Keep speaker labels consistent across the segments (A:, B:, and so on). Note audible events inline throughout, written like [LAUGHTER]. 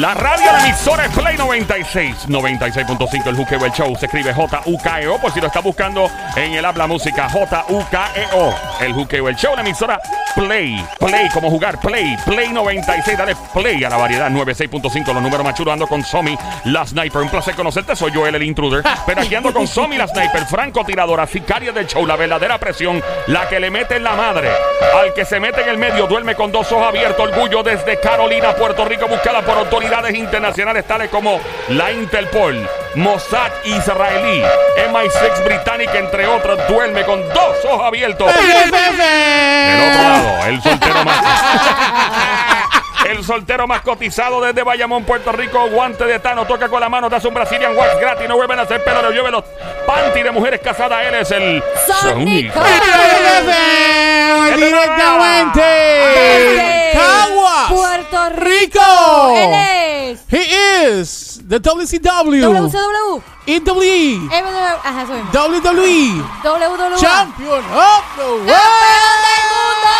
A: La radio de emisora es Play 96, 96.5 El Juqueo, el show, se escribe J-U-K-E-O E Por si lo está buscando en el habla música J-U-K-E-O, E el Juqueo, el show La emisora Play, Play, como jugar Play, Play 96, dale Play a la variedad 96.5, los números machuros Ando con Somi, la Sniper, un placer conocerte Soy yo el intruder, pero aquí ando con Somi La Sniper, franco tiradora, sicaria del show La verdadera presión, la que le mete en la madre Al que se mete en el medio Duerme con dos ojos abiertos, orgullo desde Carolina Puerto Rico, buscada por autoridades internacionales tales como la Interpol, Mossad israelí, MI6 británica, entre otras, duerme con dos ojos abiertos. El otro lado, el soltero más. El soltero más cotizado desde Bayamón, Puerto Rico, guante de Tano, toca con la mano, te hace un Brazilian wax gratis, no vuelven a hacer pelo, le llueve los panty de mujeres casadas, él es el
B: Sónico.
A: ¡Él es
B: Desde
C: Directamente. Caguas.
B: Puerto Rico.
C: Rico.
B: Él es
C: He is the WCW.
B: WCW.
C: EWE.
B: MW. Ajá, soy.
C: WWE.
B: WWE.
C: E Champion of the World.
B: ¡Campeón del mundo!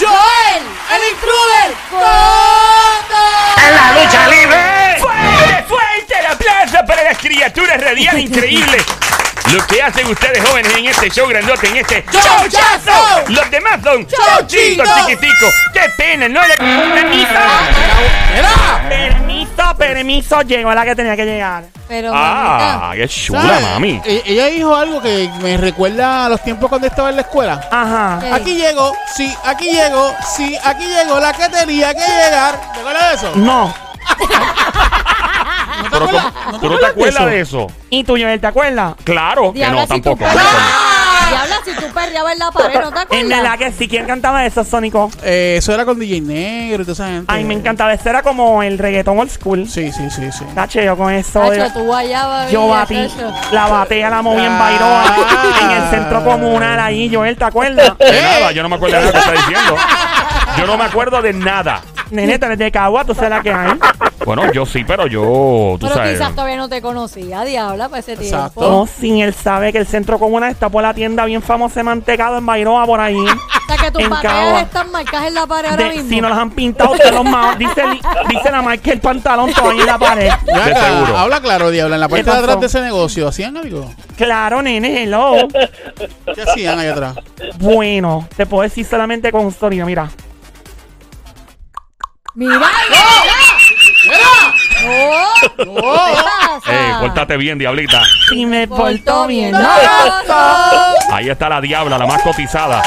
C: Joel, el intruder. Coto.
A: ¡En la lucha libre! ¡Fuerte, fuerte el aplauso para las criaturas radiales increíbles! Lo que hacen ustedes jóvenes en este show grandote, en este
C: ¡Showchazo!
A: ¡Showchazo! Los demás son
C: ¡Showchitos!
A: chiquiticos. ¡Qué pena! No le... ¡Permiso!
C: Mira.
A: ¡Permiso, permiso! Llegó la que tenía que llegar.
B: Pero,
A: ¡Ah,
B: mamita,
A: qué chula,
C: ¿Sabes?
A: mami!
C: E- Ella dijo algo que me recuerda a los tiempos cuando estaba en la escuela.
A: Ajá.
B: ¿qué?
C: Aquí llego, sí, aquí llego, sí, aquí llego la que tenía que llegar. ¿Te acuerdas de eso?
D: No.
A: ¿Pero, cómo- ¿tú no te acuerdas de eso?
D: ¿Y tú, Joel, te acuerdas?
A: Claro que no,
B: Diabla, si
A: tampoco.
B: Tú perreabas- Diabla, si tú perreabas en la pared, ¿no te
D: En verdad
B: acuerdas?
D: que sí, ¿quién cantaba eso, Sónico?
C: Eh, eso era con DJ Negro y toda esa gente.
D: Ay,
B: Eh.
D: me encantaba. Eso era como el reggaetón old school.
C: Sí, sí, sí, sí.
D: Tache, yo con eso.
B: Hacho,
D: yo-
B: tú guayaba.
D: yo
B: bebía,
D: batí,
B: chacho.
D: la batea la moví en Bairoa,
B: Ah.
D: en el centro comunal ahí, Joel,
B: [LAUGHS]
D: ¿te acuerdas?
A: De nada, yo no me acuerdo de lo que está diciendo. Yo no me acuerdo de nada.
D: Nene, tú eres de Cagua, tú sabes la que hay.
A: Bueno, yo sí, pero yo... Tú
B: Pero
A: sabes...
B: quizás todavía no te conocía, Diabla, para ese tiempo.
C: Exacto.
D: No, sin Oh, él sabe que el centro comunal está por la tienda bien famosa de mantecado en Bairoa por ahí.
B: O sea, que tus
D: En
B: pateas
D: Cagua.
B: están marcadas en la pared ahora
D: De-
B: mismo.
D: si no las han pintado, son los más. Dice, el- dice la marca el pantalón todavía en la pared.
C: Ven
A: De
C: acá,
A: seguro.
C: Habla claro, Diabla. En la parte
D: ¿Qué
C: de
D: pasó?
C: atrás de ese negocio, ¿hacían algo?
D: Claro, nene, hello.
C: ¿Qué hacían ahí atrás?
D: Bueno, te puedo decir solamente con un sonido, mira.
B: ¡Mira! ¡Mira! ¡No! ¿Qué
A: Eh,
B: pasa?
A: pórtate bien, diablita.
D: Si me portó bien.
B: No,
D: ¿no?
B: no,
A: Ahí está la diabla, la más cotizada.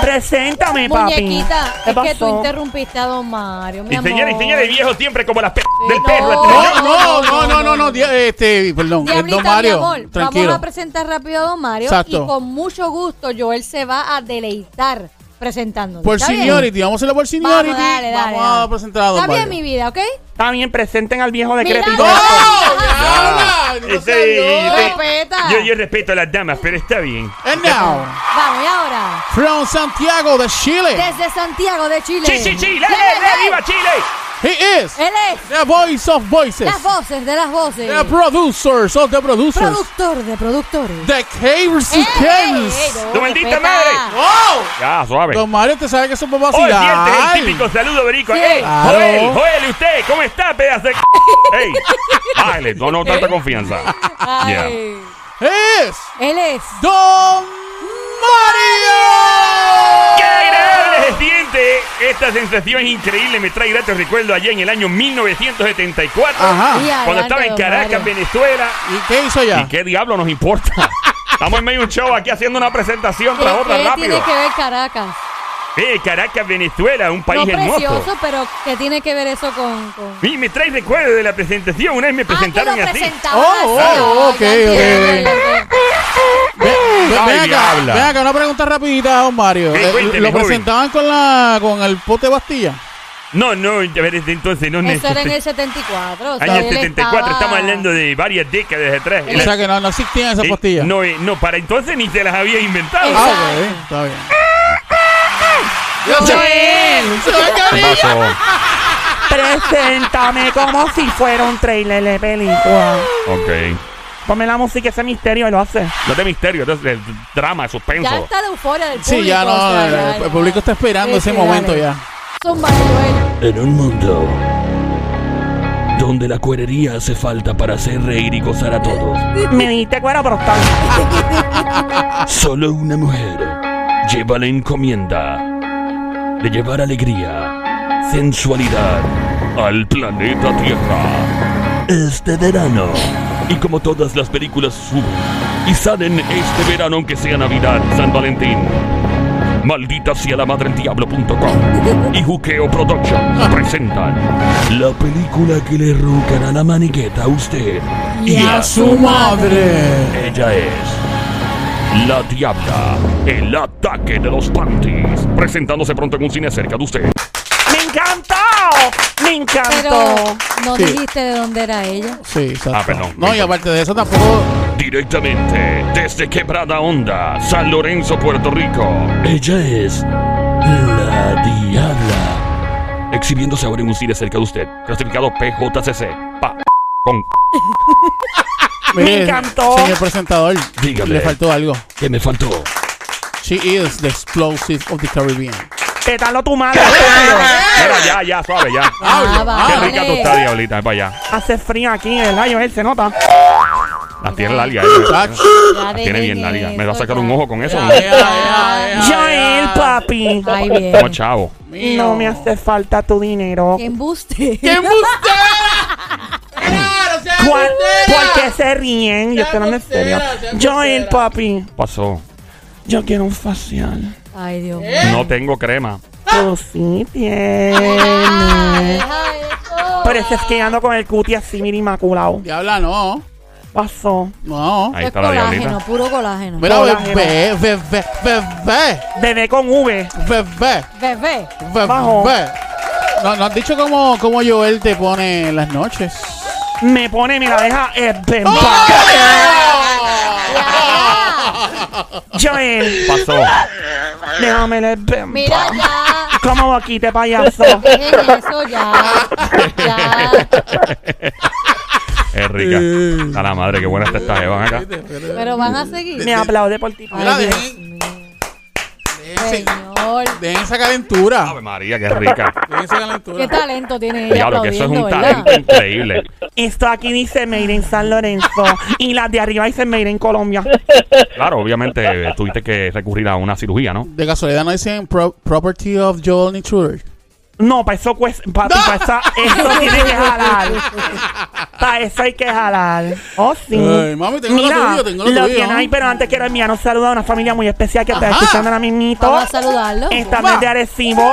D: Preséntame,
B: no.
D: papi.
B: Muñequita,
D: ¿Qué
B: es que tú
D: pasó?
B: interrumpiste a don Mario, mi
A: Y
B: amor.
A: señores y señores, viejo siempre como las pe del
B: no.
A: perro. este
B: No,
A: señor.
C: No, no, no, no, no, no, dia- este, perdón, es
B: Diablita,
C: Don
B: mi
C: Mario.
B: amor,
C: tranquilo.
B: vamos a presentar rápido a don Mario
C: Exacto.
B: y con mucho gusto Joel se va a deleitar presentándonos.
C: Por
B: ¿Está bien?
C: seniority, vamos a hacerlo por
B: Vamos,
C: seniority.
B: dale, dale,
C: Vamos
B: dale.
C: a presentar a Don
B: Está bien,
C: Mario.
B: mi vida, ¿ok?
D: Está bien, presenten al viejo de
B: Mira,
D: Crepi.
C: ¡No!
A: Ah,
C: ¡Diabla! no
A: sí,
C: seas loca.
A: sí.
B: Respeta.
A: Yo, yo respeto a las damas, pero está bien.
C: And now,
B: Vamos, y ahora,
C: from Santiago de Chile,
B: desde Santiago de Chile.
A: Sí, sí, sí, la,
B: Le,
A: la, la,
B: le.
A: viva Chile.
C: he is
B: Él es
C: the voice of voices,
B: las voces de las voces.
C: the producers of the producers,
B: Productor de productores.
C: the caves y
B: ¡Ey, ey, ey,
C: caves.
B: no,
A: ¡Tu maldita
B: respeta!
A: madre!
C: ¡Wow!
A: Ya, suave.
C: Don Mario, te sabe que eso es
A: Hoy siente el
C: vacilar.
A: típico saludo berico.
B: Sí.
A: Ey,
C: Claro.
A: Joel, Joel, ¿y usted? ¿Cómo está, pedazo de c***? Ey, bájale, no, no tanta confianza. Ya.
B: Ay,
C: Es
B: Él es.
C: Don
A: ¡Qué
C: Mario.
A: agradable se siente! Esta sensación es increíble, me trae gratos recuerdos allá en el año 1974.
C: Ajá.
B: Y
A: Cuando
B: adelante,
A: estaba en
B: don
A: Caracas,
B: Mario.
A: Venezuela.
C: ¿Y qué hizo
A: ¿Y
C: ya?
A: qué diablo nos importa? Estamos en medio de un show aquí haciendo una presentación tras
B: ¿Qué-
A: otra
B: qué
A: rápido.
B: tiene que ver Caracas?
A: Eh, Caracas, Venezuela, un país
B: no
A: hermoso.
B: precioso, pero ¿qué tiene que ver eso con...? con...
A: Y me trae recuerdo de la presentación. Una vez me
B: ah,
A: presentaron
B: que lo
A: así.
B: presentaban
C: Oh,
B: así.
C: oh,
B: Ah,
C: ok,
B: ya entiendo,
C: ok,
B: ya entiendo.
C: Ve- ve-
A: Ay,
C: Ven acá,
A: diabla.
C: ven acá, una pregunta rapidita, Don Mario.
A: Sí,
C: Eh,
A: cuénteme,
C: ¿Lo
A: joven.
C: presentaban con la con el pote Bastilla?
A: No, no, a ver, desde entonces no
B: Eso era en el
A: necesito.
B: 74. o sea,
A: este Año
B: él
A: 74,
B: estaba-
A: estamos hablando de varias décadas atrás.
C: O sea que no, no existían esas
A: Eh,
C: pastillas.
A: no, eh, no, para entonces ni se las había inventado.
B: Exacto.
C: Ah, ok, está bien.
A: ¿Qué pasó?
D: Preséntame como si fuera un trailer de película.
A: Ok.
D: Ponme la música, ese misterio, y lo hace.
A: No es de misterio, es de drama,
B: Ya
A: suspenso.
B: está la euforia del público.
C: Sí, ya
B: o
C: no, eh,
B: sea,
C: el,
B: ya,
C: el
B: ya.
C: público está esperando
B: Sí,
C: ese
B: sí,
C: momento
B: dale.
C: ya.
B: Zumba, Joel.
E: En un mundo donde la cuerería hace falta para hacer reír y gozar a todos.
D: Me dijiste cuero, pero está bien.
E: Solo una mujer lleva la encomienda de llevar alegría, sensualidad al planeta Tierra. Este verano. Y como todas las películas suben y salen este verano, aunque sea Navidad, San Valentín. Maldita sea la madre del diablo.com y Juqueo Productions presentan la película que le rucará la maniqueta a usted y a su
C: madre.
E: ella es La Diabla, el ataque de los panties, presentándose pronto en un cine cerca de usted.
D: ¡Me encantó! ¡Me
B: Pero
D: encantó!
B: no
C: Sí.
B: dijiste de dónde era ella.
C: Sí, exacto.
A: Ah, perdón.
C: No, y aparte de eso
D: [LAUGHS]
C: tampoco.
E: Directamente desde Quebrada Onda, San Lorenzo, Puerto Rico. Ella es La Diabla. Exhibiéndose ahora en un cine cerca de usted, clasificado PJCC. Pa. Con.
C: Mire,
D: encantó.
C: Señor presentador,
E: Dígame.
C: le faltó algo.
E: Que me faltó.
C: She is the explosive of the Caribbean.
D: Te taló tu madre.
A: Mira, ya, ya, suave, ya.
B: Ah,
A: Qué
B: vale.
A: rica tú estás, diablita. Es para allá.
D: Hace frío aquí, el rayo él se nota.
A: La tiene larga.
E: ¿eh?
C: Tacho.
B: Ya
A: La tiene
B: dejen
A: bien larga. Me va a
B: eso,
A: sacar un
B: ya.
A: ojo con eso.
C: Ya, ya, ya, ya.
D: Joel, papi.
B: Ay, bien.
A: Como chavo.
C: Mío.
D: No me hace falta tu dinero.
B: ¡Qué embuste!
C: ¡Qué
D: [LAUGHS]
C: embustera! ¡Claro, sea
D: ¿Cuál-
C: embustera!
D: ¿Por qué se ríen? Yo
C: Ya
D: estoy hablando en serio.
C: embustera, ya
D: Joel,
C: embustera.
D: papi.
A: Pasó.
D: Yo quiero un facial.
B: Ay, Dios mío.
A: No tengo crema.
B: Ah.
D: Tú sí tienes.
B: Deja eso.
D: Pero ese es que ando con el cuti así, mira, inmaculado.
C: Diabla, no.
D: Pasó.
C: No.
A: Ahí está
B: Eso es
A: la
B: colágeno,
A: diablita.
B: puro colágeno.
C: Mira,
D: Colágeno.
C: bebé, bebé, bebé,
D: Bebé con V.
C: bebé,
B: Bebé.
D: Bajo.
C: bebé. No, no has dicho cómo, cómo Joel te pone en las noches.
D: Me pone, mira, deja. eh, ven pa' acá.
C: ¡Oh!
D: Joel,
B: [LAUGHS]
A: Pasó.
D: déjame el ven.
B: Mira ya.
D: ¿Cómo
B: [LAUGHS]
D: boquite, payaso?
B: Dejen eso ya. Ya.
A: Es rica. A la madre, qué buena está esta jeva ven acá.
B: Pero van a seguir.
D: Me aplaude por ti.
C: Mira,
D: Dios.
C: dejen, dejen,
B: Señor.
C: dejen esa calentura.
A: Ave María, qué rica.
C: Dejen esa
B: Qué
C: calentura.
B: talento tiene ella
A: Diablo, que eso es
B: aplaudiendo,
A: un
B: ¿verdad?
A: talento increíble.
D: Esto aquí dice Made in San Lorenzo. y las de arriba dicen Made in Colombia.
A: Claro, obviamente eh, tuviste que recurrir a una cirugía, ¿no?
C: De casualidad no dicen pro- property of Joel Intruder.
D: No, para eso cuesta. Papi,
C: No.
D: para esa- eso tiene que jalar. Para eso hay que jalar. Oh, sí.
C: Ay, mami, tengo lo tuyo, tengo lo tuyo.
D: tiene ahí, pero antes quiero enviar un saludo a una familia muy especial que está
C: Ajá.
D: escuchando ahora mismito.
B: Vamos a saludarlo.
D: Están
C: Va.
D: desde Arecibo.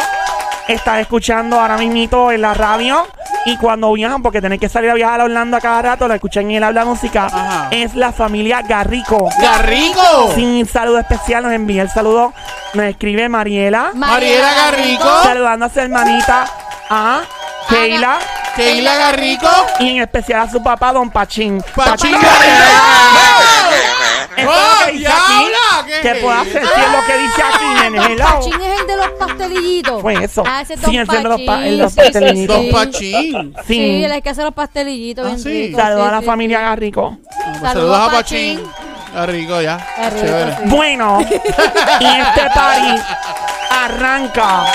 D: Están escuchando ahora mismito en la radio. Y cuando viajan, porque tienen que salir a viajar a Orlando a cada rato, lo escuchan en el habla música.
C: Ajá.
D: Es la familia Garrico.
C: ¡Garrico!
D: Sin saludo especial, nos envía el saludo. Nos escribe Mariela.
C: Mariela Garrico.
D: Saludando a su hermanita, a Keila.
C: Keila Garrico.
D: Y en especial a su papá, Don Pachín.
C: Pachín
D: Pachín
C: Garrico.
D: es lo
C: ¡Oh,
D: que dice aquí.
C: diabla! ¿Qué
D: Que
C: es
D: pueda
C: eso?
D: hacer si es lo que dice aquí, nene.
B: Don
D: Hello.
B: Pachín es el de los pastelillitos.
D: Fue eso.
B: Ah, ese es
D: Siguen
B: Don
D: siendo los pa-
B: Pachín.
D: los
B: Sí, sí, sí,
D: pastelillitos.
C: Don
B: sí.
C: Pachín.
D: Sí.
B: Sí, él es que hace los pastelillitos.
C: Ah,
B: bien
C: sí.
B: ricos,
D: Saludos
B: sí,
D: a la
B: sí,
D: familia Garrico.
B: sí.
C: Saludos a Pachín. Garrico ya.
B: Garrico,
C: Chévere.
B: sí.
D: Bueno, y este party arranca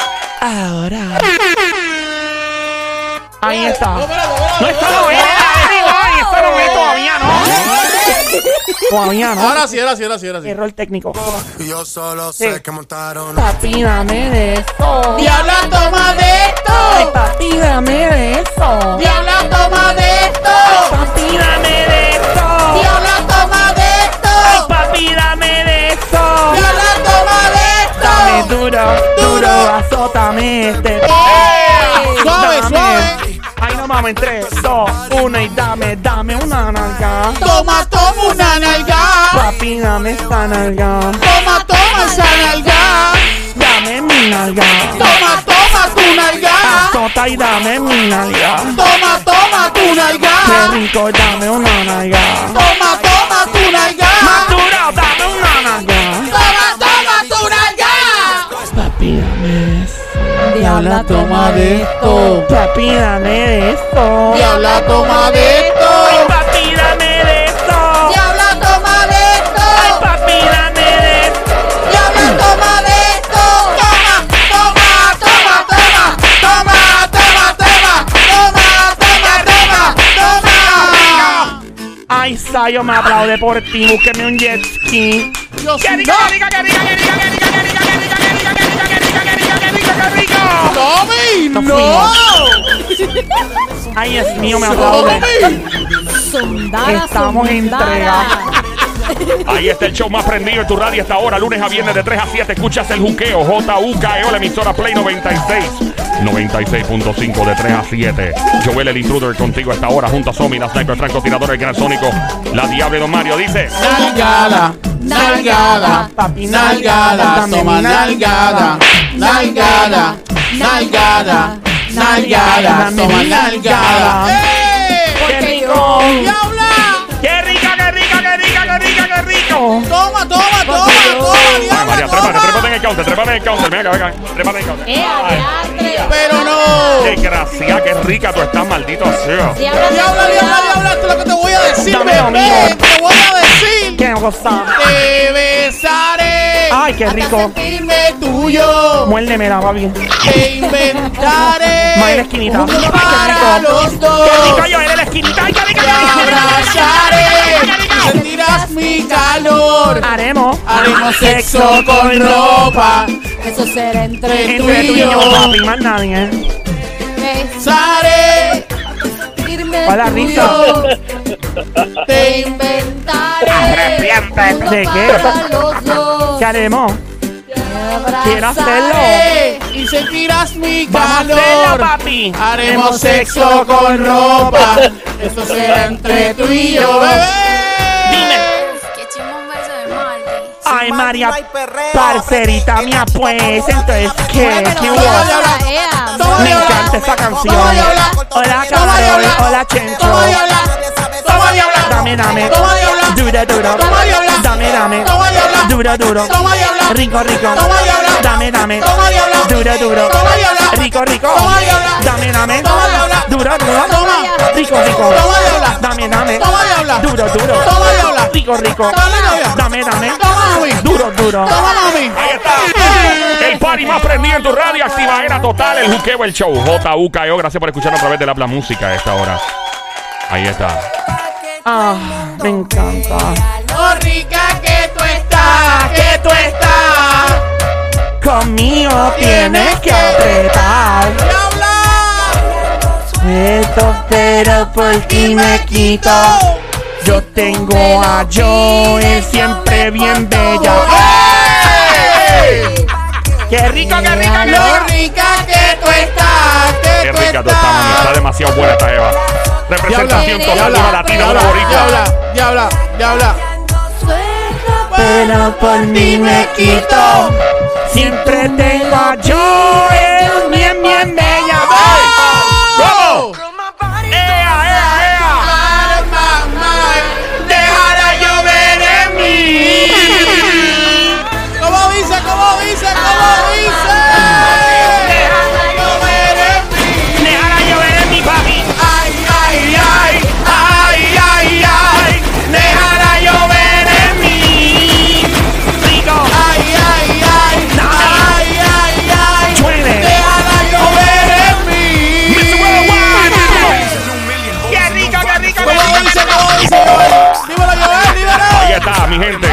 D: ahora. Ahí está. No, esto no es. Ay, Esto no es todavía, ¿no? Todavía no.
C: Ahora sí, ahora sí, ahora sí, ahora sí.
D: Error técnico.
F: Yo solo
D: Sí.
F: sé que montaron
D: Papi, dame de eso.
C: ¡Diabla, toma de
D: Ay,
C: esto!
D: papi, dame de eso.
C: ¡Diabla, toma de esto!
D: Papi, dame de eso.
C: ¡Diabla, toma de
D: Ay,
C: esto!
D: papi, dame de eso.
C: ¡Diabla, toma
D: Dame
C: de esto!
D: duro, duro,
C: Duro. ¡Eh!
D: azótame este.
C: Suave,
D: Dame.
C: suave.
D: Ay, no mames, 3, 2, 1 y dame, dame una nalga.
C: Toma, toma una nalga.
D: Papi, dame esta nalga.
C: Toma, toma esa nalga.
D: Dame mi nalga.
C: Toma, toma tu nalga.
D: Azota y dame mi nalga.
C: Toma, toma tu
D: Qué
C: nalga.
D: rico, dame una nalga.
C: Toma, toma tu nalga.
D: Duro, dame una nalga.
C: Toma, toma tu nalga.
D: Papi, dame eso.
B: Diabla, toma de esto.
D: Papi, dame de esto.
C: Diabla, toma de
D: Ay,
C: esto.
D: papi, dame de esto.
C: Diabla, toma de
D: Ay,
C: esto.
D: papi, dame de esto.
C: Diabla, toma de esto. Toma, toma, toma, toma. Toma, toma, toma. Toma, toma, toma.
D: caballo me aplaude por ti. Búsqueme un jet ski.
C: Dios
D: ¡Qué rico,
C: mío.
D: qué rico, qué rico, qué rico, qué rico, qué rico, qué rico, qué rico, qué rico, qué rico, qué rico, qué rico, qué rico!
C: ¡Tommy!
D: Nos
C: ¡No!
D: Ay, Dios mío, me aplaude.
C: ¡Tommy!
B: Sondara,
D: Estamos
B: sondara.
A: Ahí está el show más prendido en tu radio hasta ahora, lunes a viernes de 3 a 7. Escuchas el juqueo JUKEO, la E, emisora Play 96. 96.5 de 3 a 7. Joel el intruder contigo hasta ahora, junto a Somi, la sniper francotiradora, el gran sónico, la diable Don Mario. Dice:
C: Nalgada, nalgada, nalgada, toma nalgada, nalgada, nalgada, nalgada, toma nalgada. Eh,
D: ¡Qué rico! ¡Qué rico, qué rico, qué rico, qué rico, qué rico!
C: Toma, toma, toma, toma,
A: Ay,
C: diabla,
A: María, trépate,
C: toma.
A: trépate en el counter, trépate en el counter. Venga, venga, venga, trépate en el counter.
B: ¡Eh, adiantre!
C: Pero no.
A: Desgracia, qué rica tú estás, maldito sea.
B: Diabla,
C: Diabla, diabla, diabla, esto es lo que te voy a decir,
D: Dame lo
C: bebé.
D: mío.
C: Te voy a decir.
D: ¡Qué cosa!
C: Te besaré.
D: ¡Ay, qué rico!
C: Firme tuyo.
D: Muérdemela, papi.
C: Te inventaré.
D: Más en la esquinita.
C: un
D: Ay, qué rico.
C: Para los dos.
D: ¡Qué rico yo era la esquinita! ¡Ay, qué rico,
C: Te
D: qué rico, qué rico, qué rico,
C: abrazaré.
D: qué rico, qué rico!
C: Sentirás mi calor.
D: Haremos.
C: Haremos sexo con ropa.
B: Eso será entre tú
D: Entre tú y yo, papi, más nadie, ¿eh?
C: Besaré.
B: Firme
D: Hola,
B: tuyo, Te
D: Rita.
C: Te
B: inventaré.
D: Arrepiéntete. ¿De qué?
B: Para los dos.
D: ¿Qué haremos? Quiero
C: inventaré. Y sentirás mi
D: ¡Vamos a hacerlo,
C: calor.
D: papi!
C: Haremos sexo con ropa. Esto será entre tú y yo, bebé.
D: Dime.
G: Que echemos un beso de Maldi.
D: Ay, María, parcerita mía, pues, entonces, ¿qué? ¿Qué
C: Toma,
D: hubo?
C: diabla.
B: ea.
C: Toma,
D: Me
C: diabla.
D: encanta esa canción.
C: Toma, diabla.
D: Hola,
C: Toma,
D: Carol.
C: diabla.
D: Hola, Chencho.
C: Toma, diabla. Toma, diabla.
D: Dame, dame.
C: Toma, diabla.
D: Dura, duro.
C: Toma, diabla.
D: Dame, dame.
C: Toma, diabla.
D: Dura, duro.
C: Toma, diabla.
D: Rico, rico.
C: Toma, diabla.
D: Dame, dame.
C: Toma, diabla.
D: Dura, duro.
C: Toma, diabla.
D: Rico, rico.
C: Toma, diabla.
D: Dame, dame.
C: Toma, diabla.
D: Dura, duro.
C: Toma.
D: Rico, rico.
C: Toma, diabla.
D: Dame, dame.
C: Toma, diabla.
D: Duro, duro.
C: Toma, diabla.
D: Rico, rico.
C: Dame, diabla.
D: Dame, dame.
C: Toma, mami.
D: Duro, duro.
C: Toma, mami.
A: Ahí está. El party más prendido en tu radio. Activa era total. El juqueo, el show. JUKEO. E Gracias por escucharnos a través de la Habla Música a esta hora. Ahí está.
D: Ah, me encanta.
C: Lo rica que tú estás, que tú estás.
D: Conmigo tienes que apretar.
C: Diabla.
D: Esto, pero por ti me quito. Yo tengo a Joel siempre bien bella.
C: ¡Ey!
D: ¡Qué rico, qué rico!
C: Lo rica que tú estás, que
A: Qué
C: tú
A: rica tú estás, mami. Está demasiado buena esta Eva. Representación
B: Diabla,
A: total de la
B: diabla,
A: latina
B: diabla,
A: favorita.
C: Diabla, diabla, diabla.
D: Pero por mí me quito. Siempre tengo a Joel bien, bien bella.
A: ¿Cómo?
C: Dejará llover en mí. ¿Cómo dice? ¿Cómo dice? ¿Cómo dice? Dejará llover en mí.
D: Dejará llover en mi papi.
C: Ay, ay, ay, ay, ay, ay. Dejará llover en mí.
D: Rico.
C: Ay, ay, ay, ay, ay, ay.
D: Llueve.
C: Dejará llover en mí.
D: ¡Qué rico, qué rico! qué
C: ¿Cómo
D: rico!
C: dice? ¿Cómo dice? Joel? Dímelo, Joel,
A: Ahí
C: dímelo.
A: está, mi gente.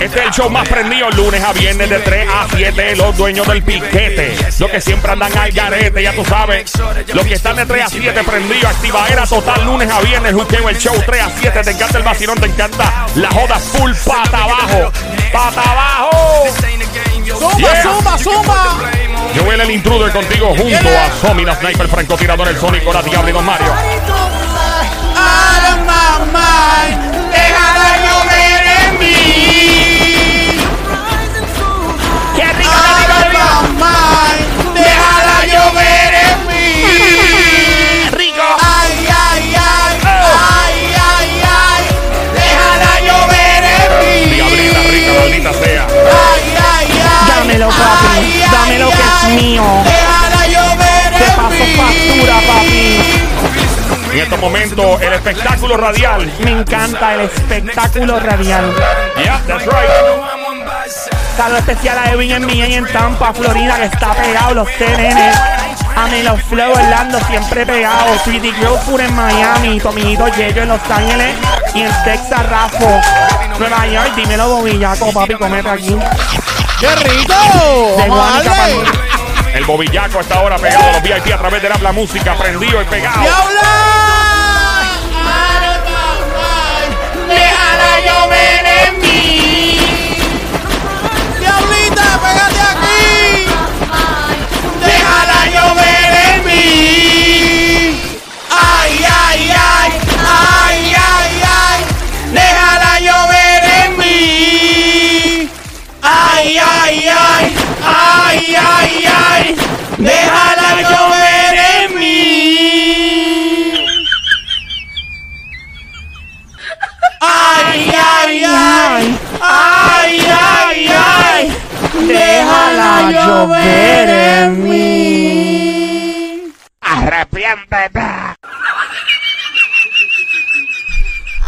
A: Este es el show más prendido lunes a viernes de 3 a 7. Los dueños del piquete. Los que siempre andan al garete, ya tú sabes. Los que están de 3 a 7 prendidos. Activadera total lunes a viernes. Juqueo el show 3 a 7. Te encanta el vacilón, te encanta la joda full pata abajo. Pata abajo. Yeah.
C: Suma, suma, suma.
A: Joel el intruder contigo junto a Somi, la sniper francotiradora, el sónico, la diabla y Don Mario.
C: out of my mind. Déjala llover en mí.
D: ¡Qué
C: Out
D: rico, qué rico,
C: of
D: qué rico!
C: my mind. Déjala llover en mí.
D: ¡Rico!
C: Ay, ay, ay. Ay, ay, ay. Déjala llover en mí.
A: Diablita rica, maldita sea.
C: Ay, ay, ay.
D: Dámelo, papi.
C: Ay, ay,
D: Dámelo que es
C: ay.
D: mío.
C: Déjala llover
D: Te
C: en mí.
D: paso factura, papi.
A: En estos momentos, el espectáculo radial.
D: Me encanta el espectáculo radial.
A: Yeah, that's right.
D: Saludo especial a Edwin en Miami en Tampa, Florida, que está pegado los TNN. Amé los flow Orlando siempre pegados. Sweetie Girl Pure en Miami. Tu amiguito Yeyo en Los Ángeles. Y en Texas Raffo. Nueva York, dímelo Bobillaco, papi, comete aquí.
C: ¡Qué rico!
D: De
C: ¡Vamos a
D: Guánica
C: darle!
D: pa'l-
A: El bobillaco está ahora pegado a los VIP a través del habla música, prendido y pegado.
C: ¡Diabla! ¡Déjala llover en mí! ¡Diablita, pégate aquí! ¡Déjala llover en mí! ¡Ay, ay, ay! ¡Ay, ay, ay! ¡Déjala llover en mí! ¡Ay, ay, ay! ¡Ay, ay, ay! ¡Déjala llover en mí! ¡Ay, ay, ay! ¡Ay, ay, ay! ¡Déjala llover en mí! ¡Arrepiéntete!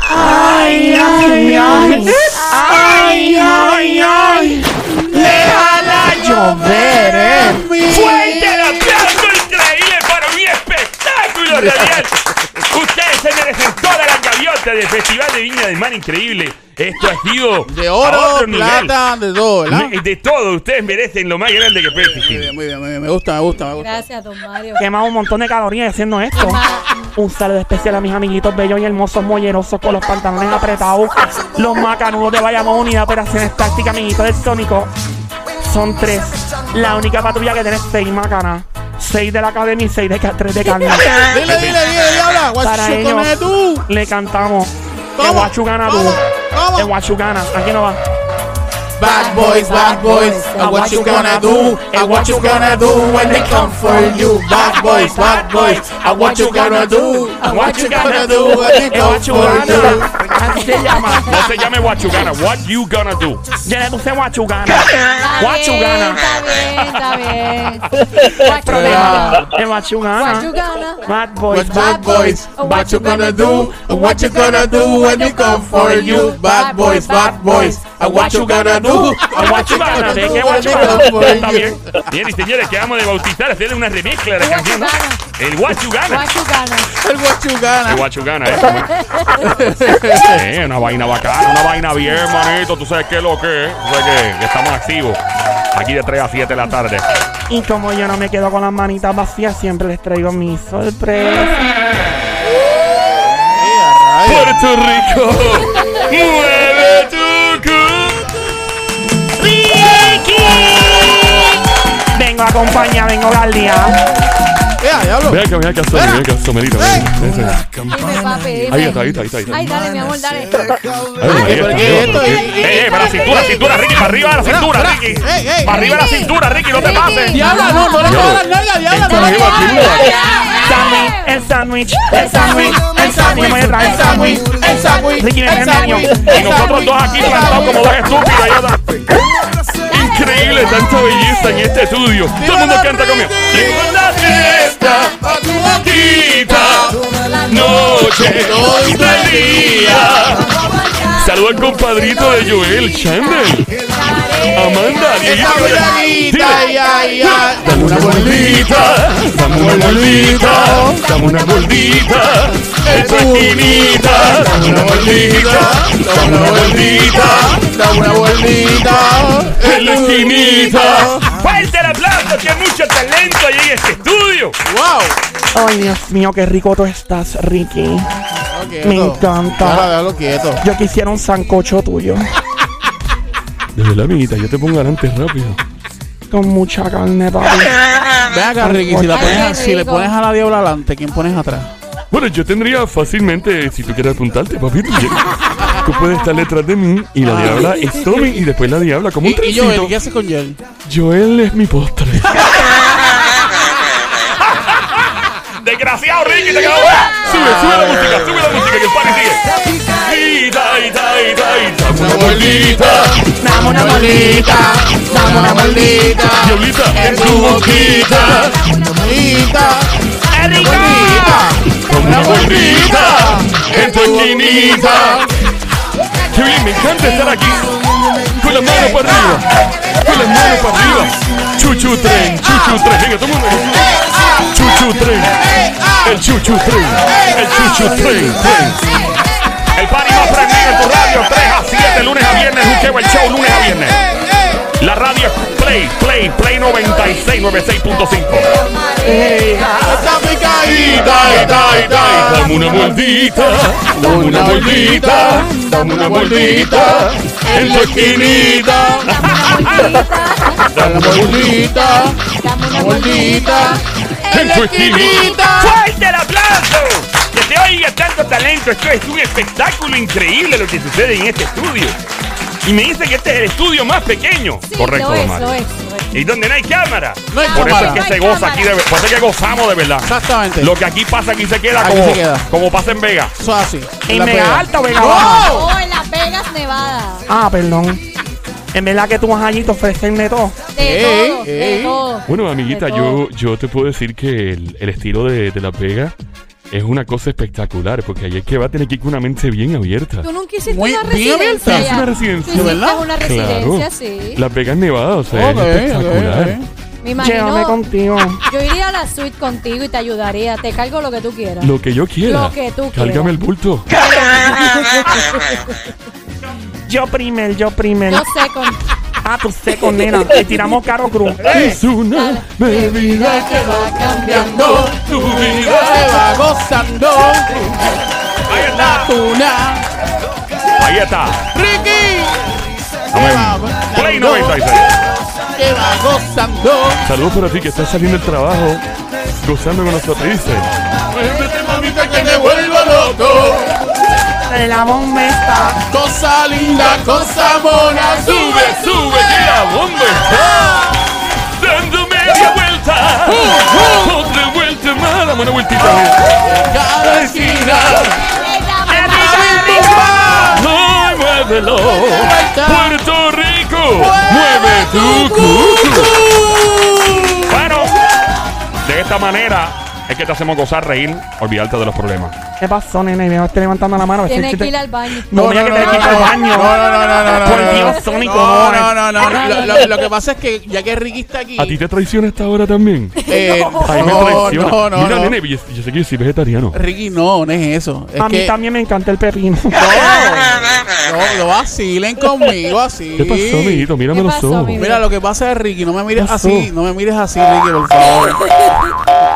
C: ¡Ay, ay, ay! ¡Ay, ay, ay! ¡Déjala llover en mí!
A: ¡Fuerte el aplauso increíble para un espectáculo radial! Ustedes se merecen toda la gaviota del Festival de Viña del Mar, increíble. Esto ha sido
C: De
A: a
C: oro,
A: otro nivel.
C: plata, de todo, ¿verdad?
A: Me- De todo, ustedes merecen lo más grande que puede
C: Muy
A: existir.
C: bien, muy bien, muy bien. Me gusta, me gusta, me gusta.
B: Gracias, don Mario.
D: Quemado un montón de calorías haciendo esto. Un saludo especial a mis amiguitos bellos y hermosos mollerosos con los pantalones apretados. Los macanudos de Bayamón, unidad de operaciones tácticas, amiguitos del Sónico. Son tres. La única patrulla que tiene seis macanas. Seis de la academia y seis de, ca- tres de carne.
C: Dile, dile, dile, diabla.
D: Para
C: Guachu,
D: ellos
C: come tú.
D: le cantamos. En
C: Vamos,
D: Huachugana tú.
C: vamos, vamos.
D: En Huachugana. Aquí no va.
C: Bad boys, bad boys, and what you gonna do? And what you gonna do when they come for you? Bad boys, bad boys, and what you gonna do? And what you gonna do when they
D: En
C: come for you?
D: Huachugana. Así se llama.
A: No se llame Guachugana, what you gonna do.
D: Yo le puse Huachugana. Huachugana.
B: Está bien, está bien,
A: [LAUGHS]
B: está bien.
C: Ah.
D: En Huachugana.
B: Guachugana.
D: Bad boys.
C: What bad boys, what you gonna do? And what you gonna do when they come for you? Bad boys, bad boys, and what you gonna do? [LAUGHS] And what you gonna
D: Guachugana. ¿De
C: do
D: qué
C: when they
D: Huachugana?
C: come
D: Está
C: for
D: bien.
C: you?
A: Bien, y señores, acabamos de bautizar, hacerle una remezcla de la canción. ¿no?
B: Guachugana.
A: El Guachugana.
B: Guachugana.
C: El what you
A: El
C: gonna.
A: Guachugana, ¿eh? Eh, una vaina bacana, una vaina bien, manito. Tú sabes qué es lo que es. Tú sabes que- que estamos activos. Aquí de 3 a 7 de la tarde.
D: Y como yo no me quedo con las manitas vacías, siempre les traigo mis sorpresas.
A: Puerto Rico, mueve tu cu.
D: Vengo a acompañar, vengo al día.
C: Ya, diablo.
A: Mira que, mira que, asome, mira que, asome, mira, mira, mira.
B: Dime, papi. dime.
A: Ahí está, ahí está, ahí está. ahí está.
B: Ay, dale, mi amor, dale.
A: Ahí está,
C: ¿por qué
A: ahí está,
C: esto? Ey,
A: ahí está.
C: ey,
A: Eh, eh, para la cintura, cintura, Ricky, para arriba de la cintura,
C: espera.
A: Ricky.
C: Ey, ey,
A: Para arriba de la
B: Ricky.
A: cintura, Ricky, no te
B: Ricky.
A: pases.
C: Diabla, no, no le
A: Diablo.
C: muevas las nalgas, diabla, no le
A: Estamos
C: muevas
A: aquí,
C: las nalgas.
D: Sándwich, el sándwich, el sándwich, el sándwich. Me voy a traer el sándwich. Ricky, me engaño.
A: Y nosotros dos aquí plantados como dos estúpidos. ahí atrás. Increíble tanta belleza en este estudio. Todo el mundo canta conmigo. Llegó la fiesta, quita, noche, del día. Saludo al compadrito de Joel, Chandler, Amanda,
C: Esa bailarita,
A: Dile.
C: ay, ay, ay.
A: Dame una bolita, dame una bolita, dame una bolita, esa esquinita, dame una bolita, dame una bolita,
C: Dame una bolita.
A: en la esquinita. Fuerte el aplauso, que hay mucho talento ahí en este estudio.
C: ¡Wow!
D: Ay, Dios mío, qué rico tú estás, Ricky. Me encanta.
C: Ahora déjalo quieto.
D: Yo quisiera un sancocho tuyo.
E: Desde la amiguita, yo te pongo adelante rápido.
D: Con mucha carne, papi.
C: Ve acá, Ricky, si, la
B: Ay,
C: pones,
B: qué
C: si le
B: rico.
C: pones a la diabla adelante, ¿quién pones atrás?
E: Bueno, yo tendría fácilmente, si tú quieres apuntarte, papito. ya- Tú puedes estar detrás de mí y la diabla es Tommy y después la diabla como un
C: Ah. Y, y Joel,
E: trencito.
C: ¿qué hace con Joel?
E: Joel es mi postre.
A: Desgraciado Ricky, te quedó buena. Sube, sube la música, sube la música, que el party sigue. Y da, y da, y da, y da.
C: Una bolita, dame una bolita, dame una bolita.
A: Diablita, en tu boquita,
C: Una bolita,
A: como una bolita, en tu esquinita. Qué bien, me encanta estar aquí. Con las manos para arriba. Con las manos para arriba. Chuchu tren, chuchu tren. Venga, todo el mundo. Chuchu tren. El chuchu tren. El chuchu tren. El party más prendido en tu radio. 3 a 7, lunes a viernes. Juqueo el show, lunes a viernes. La radio es Play, Play, Play 96, 96.5.
C: Está picadita, está, está.
A: Dame una mordita, dame una mordita, dame una mordita. En tu esquinita.
C: Dame una bolita, una bolita.
A: En tu esquinita.
E: ¡Fuerte el aplauso! Que te oiga tanto talento. Esto es un espectáculo increíble lo que sucede en este estudio. Y me dice que este es el estudio más pequeño.
B: Sí,
A: Correcto,
B: lo es,
A: Omar.
B: lo es, lo es.
E: Y donde no hay cámara.
C: No hay
A: Por eso es
C: cámara.
A: que
B: No
A: se
B: hay
A: goza
B: cámara.
A: aquí de verdad. Por eso es que gozamos de verdad.
C: Exactamente.
A: Lo que aquí pasa, aquí se queda
C: Aquí
A: como,
C: se queda.
A: como pasa en Vega.
C: Eso es así.
D: En
C: la
D: Vega
C: pega.
D: Alta o Vega Baja.
C: ¡No!
B: Oh, en Las Vegas, Nevada.
D: Ah, perdón. En verdad que tú vas allí te ofrecenme todo.
B: De
C: Ey,
B: todo,
C: ey.
B: de todo.
E: Bueno, amiguita,
B: De todo.
E: yo, yo te puedo decir que el, el estilo de, de Las Vegas es una cosa espectacular, porque ahí es que va a tener que ir con una mente bien abierta.
B: Tú nunca hiciste
C: Muy
B: una
C: bien
B: residencia.
C: abierta.
B: ya.
E: Una residencia.
B: Tú hiciste
C: ¿Verdad?
B: una
E: Claro.
B: residencia, sí.
E: Las Vegas Nevada, o sea,
C: Ok,
E: es
C: ok,
E: espectacular.
C: ok.
B: Me imagino.
D: Llévame contigo.
B: Yo iría a la suite contigo y te ayudaría. Te cargo lo que tú quieras.
E: Lo que yo quiera.
B: Lo que tú
E: Cálgame
B: quieras.
E: el bulto.
D: Yo primer, yo primer.
B: Yo sé
E: [LAUGHS]
B: con.
D: Ah, tú seco, nena. Te tiramos caro cruz.
E: Es una bebida que va
C: Cambiando,
E: tu vida.
C: se va gozando.
A: Ahí está.
C: Tuna.
A: Ahí está.
C: Ricky.
A: Amén. Play 96.
C: Se va gozando.
E: Saludos para ti que estás saliendo del trabajo, gozando con nosotros. Dice,
C: Muévete, mamita, que me vuelvo loco.
D: La
B: [LAUGHS]
D: bomba está.
C: Cosa linda, cosa mona.
E: sube, sube, que la bomba está. Dando media vuelta. Otra vuelta más. Dame una vueltita.
C: Cada esquina. ¡Tumba!
E: Ay, muévelo. Puerto Rico. Mueve tu cucu.
A: Bueno, de esta manera es que te hacemos gozar, reír, olvidarte de los problemas.
D: ¿Qué pasó, nene? Me estoy levantando la mano.
B: Tienes
D: Sí,
B: que
D: sí,
B: ir
D: te-
B: al baño.
D: No, mira que te quito el baño.
C: No, no, no, no, no, no,
D: Por
C: no,
D: Dios,
C: no.
D: Sónico.
C: No,
D: no.
C: no, no, no. Lo, lo- lo que pasa es que ya que Ricky está aquí.
E: ¿A ti te traiciona esta hora también?
C: eh,
E: Ay, me
C: no,
E: traiciona.
C: no,
E: Mira,
C: no, no.
E: nene, yo, yo sé que yo soy vegetariano.
C: Ricky, no, no es eso. Es
D: A mí
C: que
D: también me encanta
C: [LAUGHS]
D: el pepino.
C: No, no, no vacilen conmigo así.
E: ¿Qué pasó, amiguito? Mírame
B: ¿Qué
E: los
B: pasó,
E: ojos.
B: amiguito?
C: Mira, lo que pasa es, Ricky, no me mires
E: Pasó.
C: así, no me mires así, Ricky, por favor.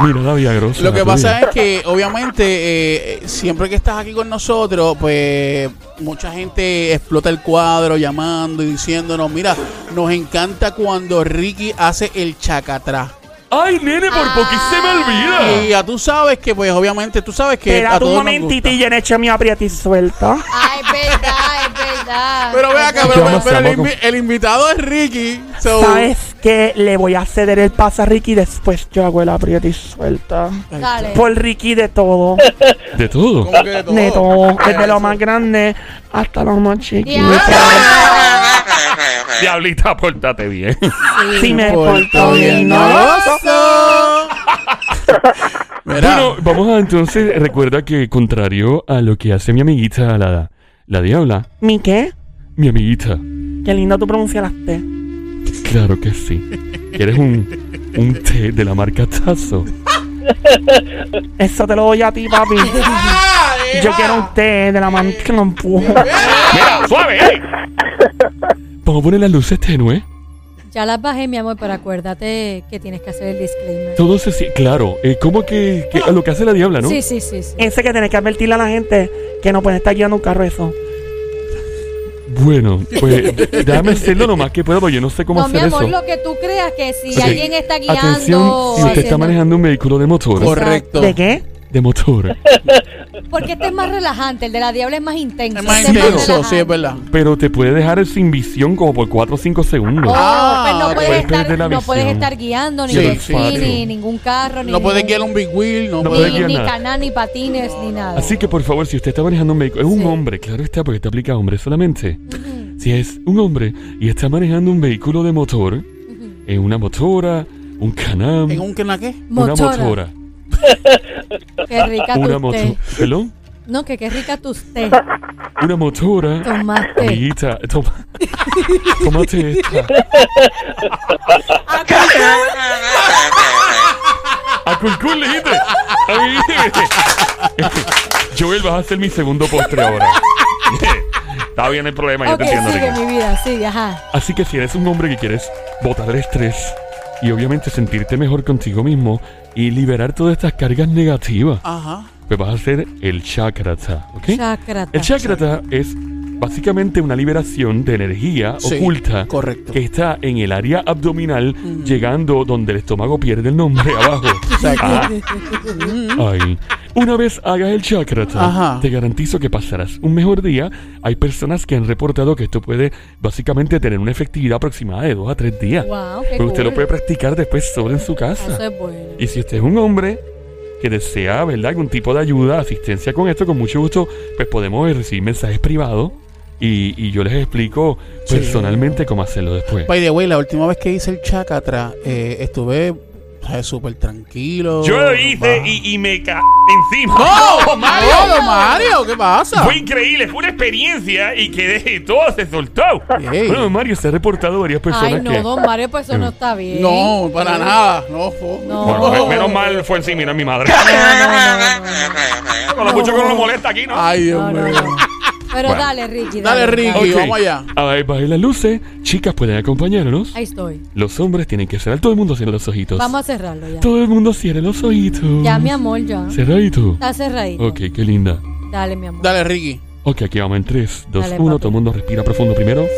E: Mira la viagrosa.
C: Lo que
E: la
C: pasa
E: tuya.
C: es que, obviamente, eh, eh, siempre que estás aquí con nosotros, pues mucha gente explota el cuadro llamando y diciéndonos, mira, nos encanta cuando Ricky hace el chacatrá.
E: ¡Ay, nene, por poquito se me
C: Y
E: olvida!
C: ya tú sabes que, pues obviamente, tú sabes que a
D: Espérate un
C: todos nos
D: momentito
C: gusta.
D: y en eche mi aprieta y suelta.
B: Ay, es verdad, es verdad.
C: Pero ve acá, pero,
E: Yo
C: pero-
E: no sé,
C: pero el,
E: loco.
C: invi- el invitado es Ricky. so-
D: ¿Sabes qué? Le voy a ceder el pase a Ricky y después yo hago el aprieta y suelta.
B: Dale.
D: Por Ricky de todo.
E: De todo.
C: ¿Cómo que de todo? Eh,
D: De todo. Desde lo más grande hasta lo más chiquito.
B: Diablo.
C: Ah.
A: Diablita, pórtate bien.
D: Si me porto
C: Estoy
D: bien,
C: bien
D: no lo [LAUGHS]
C: nervioso. Mira,
E: Bueno, pues vamos a entonces, recuerda que contrario a lo que hace mi amiguita, la, la diabla,
D: ¿Mi qué?
E: mi amiguita,
D: Qué lindo tú pronunciaste.
E: claro que sí. Quieres un, un té de la marca Tazo.
D: Eso te lo doy a
C: [LAUGHS]
D: ti, papi.
C: Ah,
D: Yo quiero un té de la mano que lo empuja.
A: Mira, suave,
E: eh.
A: ey.
E: Vamos a poner las luces tenues.
B: Ya las bajé, mi amor, pero acuérdate que tienes que hacer el disclaimer.
E: Todo se sie- Claro, eh, como que, que a lo que hace la diabla, ¿no?
B: Sí, sí, sí, sí.
D: Ese que tenés que advertirle a la gente que no puede estar guiando un carro eso.
E: Bueno, pues déjame hacerlo lo más que pueda, porque yo no sé cómo
B: No, mi
E: hacer
B: amor,
E: eso.
B: lo que tú creas que si
E: Ok.
B: alguien está guiando.
E: Atención, si usted está
B: haciendo-
E: manejando un vehículo de motor,
C: correcto.
D: ¿De qué?
E: de motor,
B: Porque este es más relajante, el de la diabla es más intenso.
C: Es más
B: este
C: intenso,
B: relajante.
C: sí, es verdad.
E: pero te puede dejar sin visión como por 4 o 5 segundos.
B: Oh,
C: Ah,
B: pues no,
C: ok.
B: puedes
E: Puedes perder la
B: estar, no
E: visión.
B: puedes estar guiando ni
C: Sí,
B: por
C: sí,
B: fin,
E: sí.
B: ni ningún carro, ni,
C: No puedes
B: ningún-
C: guiar un big wheel, no,
E: No
C: puedes-
E: puede
B: ni,
E: guiar
B: ni
E: nada.
B: canal, ni patines, ni nada.
E: Así que por favor, si usted está manejando un vehículo, es un
B: Sí.
E: hombre, claro está, porque te aplica a hombres solamente. Si es un hombre y está manejando un vehículo de motor, en una motora, un canam,
C: ¿En un que en la qué?
E: una motora,
B: Qué rica
E: una
B: tu
E: moto,
B: té.
E: ¿Perdón?
B: No, que qué rica tus
C: [LAUGHS]
B: té.
E: Una motora.
B: Tomaste.
E: Amiguita, toma. Tómate esta. A Culcul le dijiste. Amiguita. Joel, vas a ser mi segundo postre ahora.
A: Está bien el problema, yo
B: Ok,
A: te entiendo.
B: sigue
A: Ricky.
B: mi vida, sigue, ajá.
E: Así que si eres un hombre que quieres botar el estrés y obviamente sentirte mejor contigo mismo y liberar todas estas cargas negativas,
C: Ajá.
E: pues vas a hacer el chakrata, ¿ok?
B: Chakrata.
E: El chakrata es básicamente una liberación de energía
C: Sí,
E: oculta
C: correcto. Mm.
E: que está en el área abdominal, llegando donde el estómago pierde
C: [LAUGHS]
E: el nombre abajo.
C: Exacto.
E: Ay. Una vez hagas el chakrata,
C: Ajá.
E: te garantizo que pasarás un mejor día. Hay personas que han reportado que esto puede básicamente tener una efectividad aproximada de 2 a 3 días.
B: Wow, qué
E: Pero usted lo
B: cool.
E: puede practicar después solo en su casa.
B: Eso es bueno.
E: Y si usted es un hombre que desea, ¿verdad?, algún tipo de ayuda, asistencia con esto, con mucho gusto, pues podemos recibir mensajes privados y, y yo les explico
C: Sí.
E: personalmente cómo hacerlo después.
C: By the way, la última vez que hice el chakatra, eh, estuve ¿sabes? súper tranquilo.
A: Yo lo hice
C: Va.
A: y, y me ca encima.
C: ¡No! ¡Mario! ¡Mario! ¿Qué pasa?
A: Fue increíble, fue una experiencia y quedé todo se soltó.
C: Ey.
E: Bueno, Mario, se ha reportado varias personas
B: Ay, no,
E: que...
B: don Mario, pues eso no está bien.
C: No, para nada. No, fo-
B: No.
A: Bueno, me- menos mal fue encima, mira mi
B: [LAUGHS]
A: madre. Con lo mucho que uno lo molesta aquí, ¿no?
C: Ay, Dios
B: No, no,
C: mío.
B: no. Pero dale, Ricky.
C: Dale, Ricky,
E: Ok.
C: vamos allá.
E: Ay, bajen las luces, chicas pueden acompañarnos.
B: Ahí estoy.
E: Los hombres tienen que cerrar, todo el mundo cierra los ojitos.
B: Vamos a cerrarlo ya.
E: Todo el mundo cierra los ojitos.
B: Ya, mi amor, ya.
E: Cerradito.
B: Está cerradito.
E: Ok, qué linda.
B: Dale, mi amor.
C: Dale, Ricky.
E: Ok, aquí vamos en 3, 2,
B: Dale,
E: 1.
B: papi.
E: Todo el mundo respira profundo primero.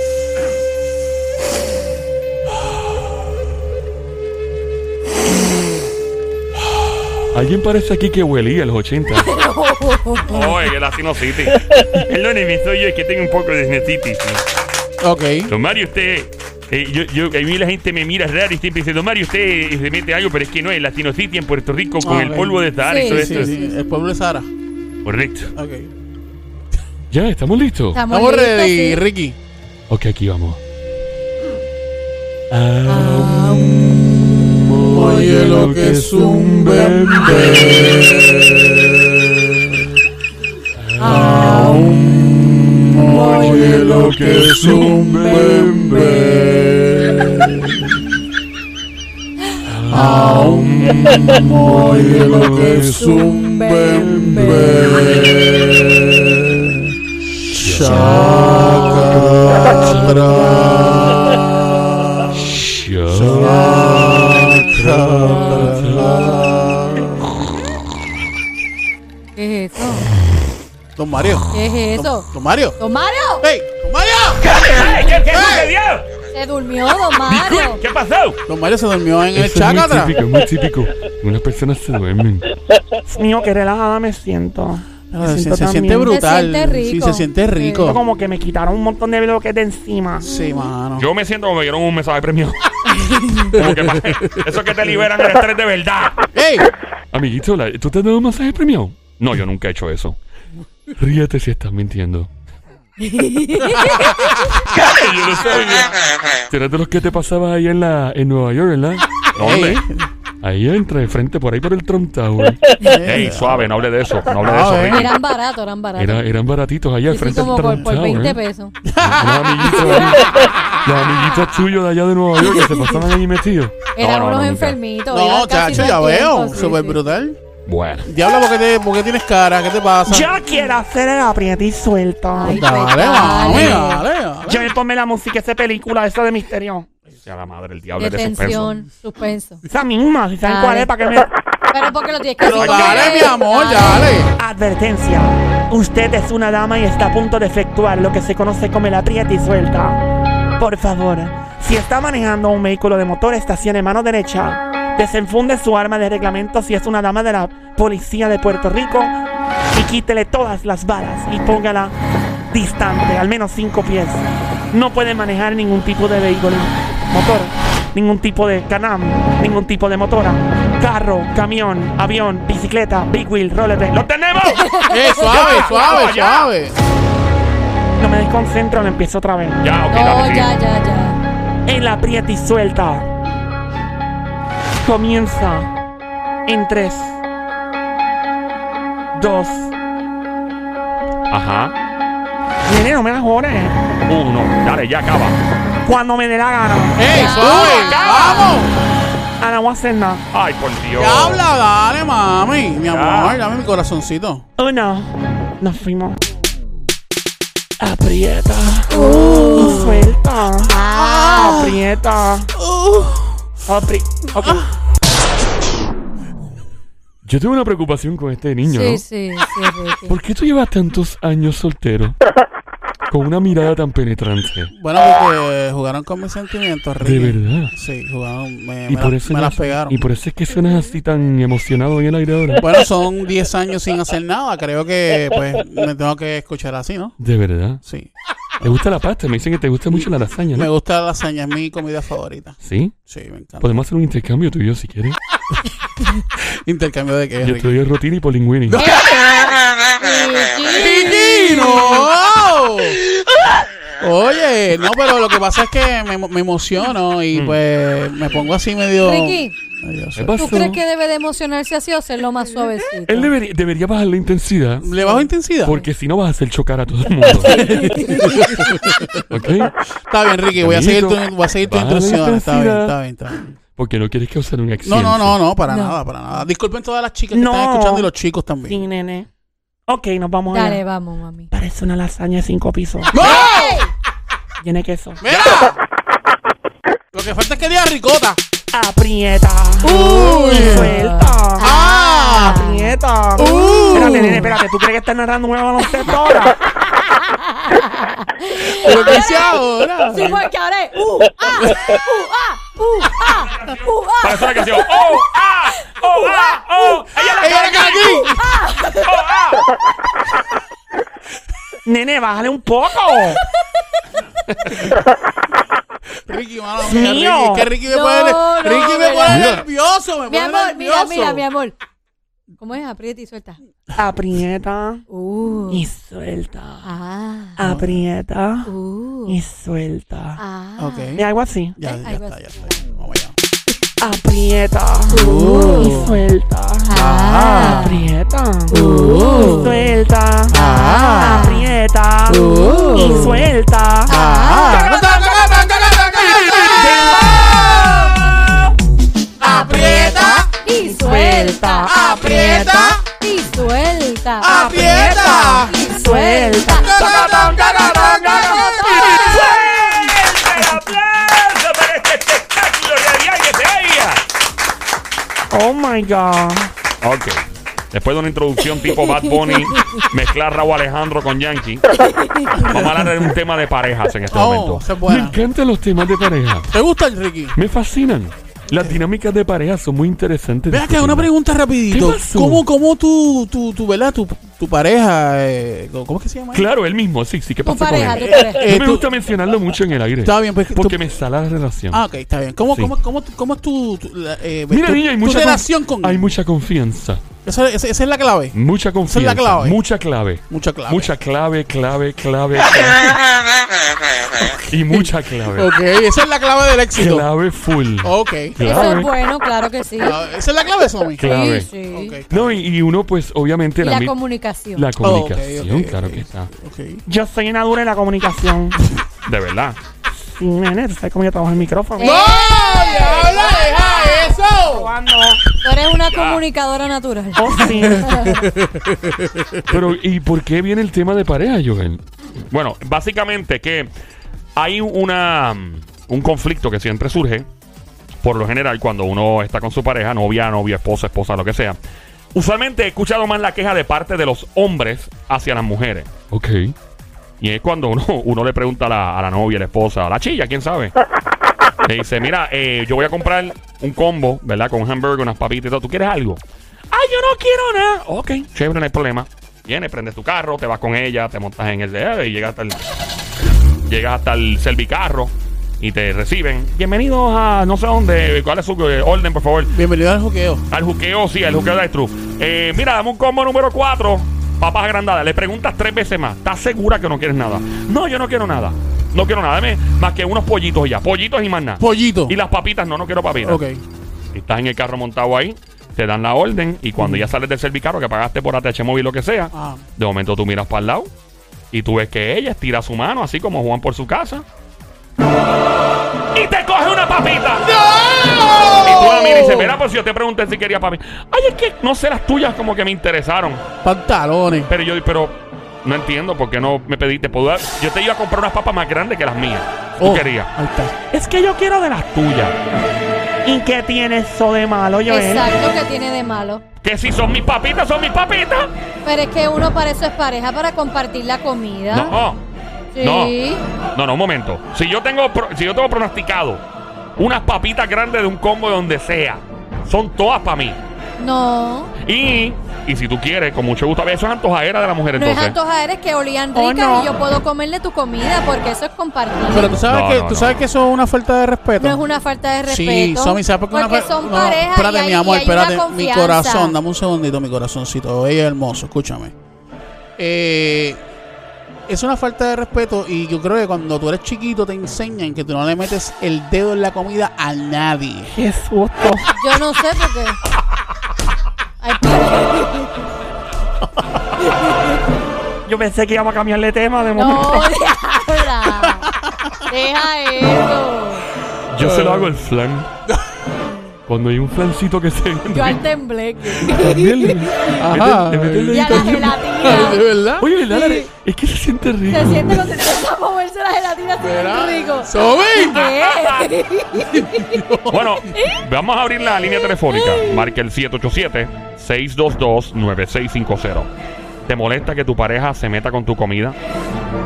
E: Alguien parece aquí que huelía los 80.
B: [LAUGHS]
A: Oye, el Asino City. El lo enemigo yo es que tengo un poco de sinusitis.
C: Ok.
A: Don Mario, usted. eh, yo, yo, a mí la gente me mira raro y siempre dice, Don Mario, usted eh, se mete algo, pero es que no, el Latino City en Puerto Rico con
C: Ah,
A: el
C: ok.
A: polvo de Sahara y
B: Sí,
A: todo
C: Sí,
A: esto.
C: sí, Este El pueblo de Sara.
A: Correcto.
C: Ok.
E: Ya, estamos listos.
B: Estamos,
C: Estamos
B: listos,
C: ready,
B: sí.
C: Ricky.
E: Ok, aquí vamos.
C: Oye, lo que es un bebé. Oye, lo que es un bebé. Aún, oye, lo que es un bebé. Chakra.
E: Ya.
B: ¿Qué es eso?
C: Don Mario.
B: ¿Qué es Ah, eso?
C: Don Mario.
B: ¡Don Mario!
C: ¡Hey! ¡Don Mario!
A: ¡Ay, qué, qué
C: ¡Eh!
A: sucedió!
B: Se durmió, don Mario.
A: ¿Qué pasó?
C: Don Mario se durmió en el
E: Eso es muy
C: chakra.
E: típico, es muy típico. Unas personas se duermen.
D: Dios mío, qué relajada me siento. Me
C: Ah, Se,
D: siento
C: se
D: tan
C: siente
D: bien.
C: brutal.
B: Se siente
C: Sí,
B: rico.
C: se siente
D: Siento
C: rico.
D: como que me quitaron un montón de bloques de encima.
C: Sí, mano.
A: Yo me siento como me dieron un mensaje premiado. Como que, pa- eso que te liberan el estrés de verdad.
C: ¡Ey!
E: Amiguito, la- ¿tú te has dado un masaje premiado? No, yo nunca he hecho eso. Ríete si estás mintiendo.
A: Ay, yo no sabía.
E: ¿Serás de los que te pasabas ahí en, la, en Nueva York, verdad?
A: ¿Dónde?
E: Ahí entra de frente, por ahí por el Trump Tower.
A: Ey, suave, no hable de eso. No hable de
C: Ah,
A: eso,
C: eh.
A: Ricky.
B: Eran baratos, eran baratos.
E: Era- eran baratitos allá al
B: Sí, sí,
E: frente ¿eh?
B: como
E: del
B: por,
E: Trump
B: por 20
E: Tower.
B: pesos.
E: Los amiguitos ahí, los amiguitos tuyos de allá de Nueva York que se pasaban allí metidos.
B: Eran
A: no, no,
B: unos
A: nunca.
B: enfermitos.
C: No,
B: eran casi
C: chacho,
B: todo
C: ya
B: el
C: veo.
B: tiempo, sí,
C: Súper
B: sí.
C: brutal.
E: Bueno.
C: Diablo, ¿por qué, te- por qué tienes cara? ¿Qué te pasa?
D: Yo quiero hacer el apriete y suelto.
B: Ay.
C: Dale,
B: Dale.
C: mami, dale, dale.
D: Yo ponme la música, esa película, esa de misterio.
A: Sea la madre, el diablo
B: De
A: es de suspenso.
B: tensión, suspenso.
D: Esa misma, si saben
B: Dale.
D: cuál es, para que me...
B: Pero porque lo tienes que
C: Pero
B: hacer con
C: dale,
B: él,
C: mi amor, dale.
D: Advertencia. Usted es una dama y está a punto de efectuar lo que se conoce como el apriete y suelta. Por favor, si está manejando un vehículo de motor, estacione mano derecha. Desenfunde su arma de reglamento si es una dama de la policía de Puerto Rico y quítele todas las balas y póngala distante, al menos 5 pies. No puede manejar ningún tipo de vehículo, motor, ningún tipo de canam, ningún tipo de motora, carro, camión, avión, bicicleta, big wheel, rollerblade. ¡Lo
A: ¡Lo tenemos!
C: ¡Ey, suave, suave,
A: ya.
C: suave!
D: No me desconcentro, lo empiezo otra vez.
A: Ya, ok, dale,
B: No,
A: sí.
B: ya, ya, ya.
D: El aprieta y suelta. Comienza en 3, 2,
A: Ajá.
D: Nene, no me la jodes.
A: Uno. Dale, ya acaba.
D: Cuando me dé la gana.
C: ¡Ey, suave! ¡Vamos!
D: Ah, no voy a hacer nada.
A: Ay, por Dios.
C: Ya habla, dale, mami. Mi amor, dame mi corazoncito.
D: Uno. Nos fuimos. Aprieta. Suelta. Aprieta. Apri ok.
E: Yo tengo una preocupación con este niño,
B: Sí,
E: ¿no?
B: sí, sí, Ricky.
E: ¿Por qué tú llevas tantos años soltero? Con una mirada tan penetrante.
C: Bueno, porque jugaron con mis sentimientos, Ricky.
E: De verdad.
C: Sí, jugaron. Me,
E: Y
C: me
E: por
C: la-
E: eso
C: me
E: no-
C: las pegaron.
E: Y por eso es que suenas así tan emocionado en el aire ahora.
C: Bueno, son 10 años sin hacer nada. Creo que pues me tengo que escuchar así, ¿no?
E: De verdad.
C: Sí.
E: ¿Te gusta la pasta? Me dicen que te gusta mucho la
C: Me
E: lasaña, ¿no? Pues,
C: gusta la lasaña, es mi comida favorita.
E: Sí.
C: Sí, me encanta.
E: Podemos hacer un intercambio tú y yo si quieres.
C: Intercambio de qué,
E: Yo te
C: Ricky.
E: doy el rotini y polingüini.
C: ¡Ricky, no! Oye, no, pero lo que pasa es que me, me emociono y pues me pongo así medio.
B: Ricky,
C: Ay, Dios
E: Mm. ¿Qué
C: mío.
B: ¿tú
E: pasó?
B: crees que debe de emocionarse así o hacerlo más suavecito?
E: Él debería, debería bajar la intensidad
C: ¿Le bajo intensidad?
E: porque si no vas a hacer chocar a todo
C: [LAUGHS]
E: el mundo. ¿Ok?
C: Está bien, Ricky, voy a seguir tu,
E: Amiguito,
C: voy a seguir tus
E: baja la
C: instrucciones. Está bien,
E: intensidad.
C: está bien, está bien.
E: Porque no quieres causar un
C: No,
E: accidente.
C: no, no, no, para
B: No.
C: nada, para nada. Disculpen todas las chicas que
D: No.
C: están escuchando y los chicos también.
D: Sí, nene. Ok, nos vamos
B: Dale,
D: allá.
B: vamos, mami.
D: Parece una lasaña de cinco pisos.
C: ¡No!
D: Llena de queso.
C: ¡Mira! Lo que falta es que diga ricota.
D: Aprieta. Suelta.
C: ¡Ah!
D: Aprieta.
C: Uh.
D: Espérate, nene, espérate. ¿Tú crees que estás narrando una baloncesto ahora?
C: Lo que hice ahora.
B: Sí, porque ahora es uh, ah, uh, ah, uh, ah, uh, ah.
A: Para hacer la [LAUGHS] canción. ¡Oh! ¡Ah! ¡Oh! ¡Ah! ¡Oh! ¡Ella la
C: ¡Ella está aquí!
D: nene, bájale un poco.
C: Ricky, mano,
D: Dios
C: mira,
D: mío.
C: Ricky, es que Ricky me
B: No,
C: pone,
B: no,
C: Ricky me
B: mira.
C: pone nervioso, me
B: Mi
C: pone
B: amor, mira,
C: nervioso.
B: mira, mi amor. ¿Cómo es? Aprieta y suelta.
D: Aprieta.
B: Uh,
D: Y suelta.
B: ah,
D: Aprieta.
B: uh,
D: Y suelta.
B: ah.
D: Y
C: Ok,
D: algo así.
C: ya, ya
B: Algo
C: está, ya
B: así.
C: está. Vamos allá.
D: Aprieta. Y suelta.
B: Ah.
D: Aprieta. Y suelta.
C: Ah.
D: Aprieta. Y suelta.
C: Aprieta,
B: Y suelta,
C: aprieta,
B: y suelta,
C: aprieta.
B: y suelta.
A: ¡Fuerte el aplauso para este espectáculo de Diario de ella!
D: Oh my God.
A: Ok. Después de una introducción tipo Bad Bunny, mezclar Raúl Alejandro con Yankee, vamos a hablar de un tema de parejas en este
C: Oh,
A: momento.
C: esa es
E: Me
C: buena.
E: encantan los temas de pareja.
C: ¿Te gusta el Ricky?
E: Me fascinan. Las dinámicas de pareja son muy interesantes.
C: Ve acá,
E: discutirlas.
C: una pregunta rapidito.
E: ¿Qué pasó?
C: ¿Cómo, cómo tu, tu, tu, ¿verdad? Tu, tu pareja, eh, ¿cómo es que se llama?
E: Claro, él mismo, sí, sí, ¿qué
B: Tu
E: pasa con
B: pareja,
E: él?
B: tu pareja.
C: Eh,
E: no me
C: tú-
E: gusta mencionarlo mucho en el aire.
C: Está bien, pues,
E: Porque
C: tú-
E: me sala la relación.
C: Ah, ok, está bien. ¿Cómo,
E: Sí.
C: cómo, cómo, cómo es tu, tu, la- eh,
E: Mira,
C: tu-
E: niña, hay
C: tu
E: mucha
C: relación con
E: Hay
C: él?
E: mucha confianza.
C: Esa, esa- esa es la clave. Esa
E: Mucha
C: es
E: confianza.
C: la clave.
E: Mucha clave.
C: Mucha clave.
E: Mucha clave, clave, clave, clave. y mucha clave.
C: Ok, esa es la clave del éxito.
E: Clave full.
C: Ok.
B: Eso
E: Clave.
B: es bueno, claro que sí.
C: Ah, Esa es la clave, Somi.
E: Clave.
B: Sí, sí.
C: Ok. está
E: No, y, y uno, pues, obviamente,
B: Y
E: la,
B: la
E: mi-
B: comunicación.
E: la
C: Oh, ok,
E: comunicación,
C: ok,
E: claro
C: ok.
E: que está.
C: bien. Ok.
D: Yo soy una dura en la comunicación.
A: De verdad.
D: Sí, nene, tú sabes cómo yo trabajo el micrófono.
B: Eh.
C: ¡Diabla, deja eso!
D: Cuando-
B: Tú eres una comunicadora natural.
D: Oh, sí. [LAUGHS]
E: Pero, ¿y por qué viene el tema de pareja, Joel?
A: Bueno, básicamente que hay una un conflicto que siempre surge, por lo general, cuando uno está con su pareja, novia, novio, esposa, esposa, lo que sea. Usualmente he escuchado más la queja de parte de los hombres hacia las mujeres.
E: Ok.
A: Y es cuando uno, uno le pregunta a la, a la novia, a la esposa, a la chilla, quién sabe. Le dice, mira, eh, yo voy a comprar un combo, ¿verdad? Con hamburger, unas papitas y todo. ¿Tú quieres algo? Ah, yo no quiero nada. Ok, chévere, no hay problema. Vienes, prendes tu carro, te vas con ella, te montas en el de y llegas hasta el, llegas hasta el servicarro y te reciben. Bienvenidos a no sé dónde. ¿Cuál es su eh, orden, por favor?
C: Bienvenido al juqueo.
A: Al juqueo, sí, al juqueo de True. Eh, mira, dame un combo número 4. Papas agrandadas. Le preguntas tres veces más. ¿Estás segura que no quieres nada? No, yo no quiero nada. No quiero nada. Dame más que unos pollitos y ya. Pollitos y más nada.
C: Pollito.
A: y las papitas, no, no quiero papitas.
C: Ok.
A: Y Estás en el carro montado ahí. te dan la orden y cuando ya sales del servicarro que pagaste por ATH móvil lo que sea,
H: Ah.
A: de momento tú miras para el lado y tú ves que ella estira su mano así como Juan por su casa y te coge una papita. Y tú la miras y dices, mira, pues yo te pregunté si quería papi. Ay, es que no sé, las tuyas como que me interesaron.
H: Pantalones.
A: Pero yo, pero no entiendo por qué no me pediste. ¿Puedo dar? Yo te iba a comprar unas papas más grandes que las mías. Tú
H: Oh,
A: querías.
H: Ahí está.
D: Es que yo quiero de las
A: Tuya.
D: ¿Y qué tiene eso de malo,
H: eh.
D: Joel?
B: Exacto, que tiene de malo.
A: Que si son mis papitas, son mis papitas.
B: Pero es que uno para eso es pareja, para compartir la comida.
A: No,
B: sí.
A: no. No, no, un momento. Si yo tengo, pro- si yo tengo pronosticado unas papitas grandes de un combo de donde sea, son todas para mí.
B: No.
A: Y, y si tú quieres, con mucho gusto. A ver, eso es antojadera de la mujer
B: No es
A: entonces.
B: antoja eres que olían
D: Oh,
B: ricas
D: no.
B: y yo puedo comerle tu comida porque eso es compartir.
H: Pero tú sabes,
A: No,
H: que,
A: no,
H: tú
A: no.
H: sabes que eso es una falta de respeto.
B: no es una falta de respeto.
H: Sí, Somi, ¿sabes por qué una
B: Porque
H: fa-
B: son
H: no,
B: pareja
H: Espérate,
B: y hay,
H: mi amor,
B: y hay
H: espérate. Mi
B: una confianza.
H: corazón, dame un segundito, mi corazoncito. Ella es hermoso, escúchame. Eh, es una falta de respeto y yo creo que cuando tú eres chiquito te enseñan que tú no le metes el dedo en la comida a nadie.
D: Qué susto.
B: Yo no sé por qué. Ay, pues, padre.
D: Yo pensé que íbamos a cambiarle tema de
B: No, [LAUGHS]
D: momento.
B: diabla. Deja eso.
A: Yo se lo hago el flan. Cuando hay un flancito que se.
E: [LAUGHS]
B: Yo al tembleque.
H: Ajá.
A: Le meto el
B: Y a la
H: Ay, ¿De
B: gelatina.
H: verdad?
A: Oye, ¿verdad? La re- Es que se siente rico.
B: Se siente cuando empieza a moverse la gelatina así bien rico.
H: ¡Somi!
B: ¿Qué?
A: Bueno, vamos a abrir la línea telefónica. Marca el 787-622-9650. ¿Te molesta que tu pareja se meta con tu comida?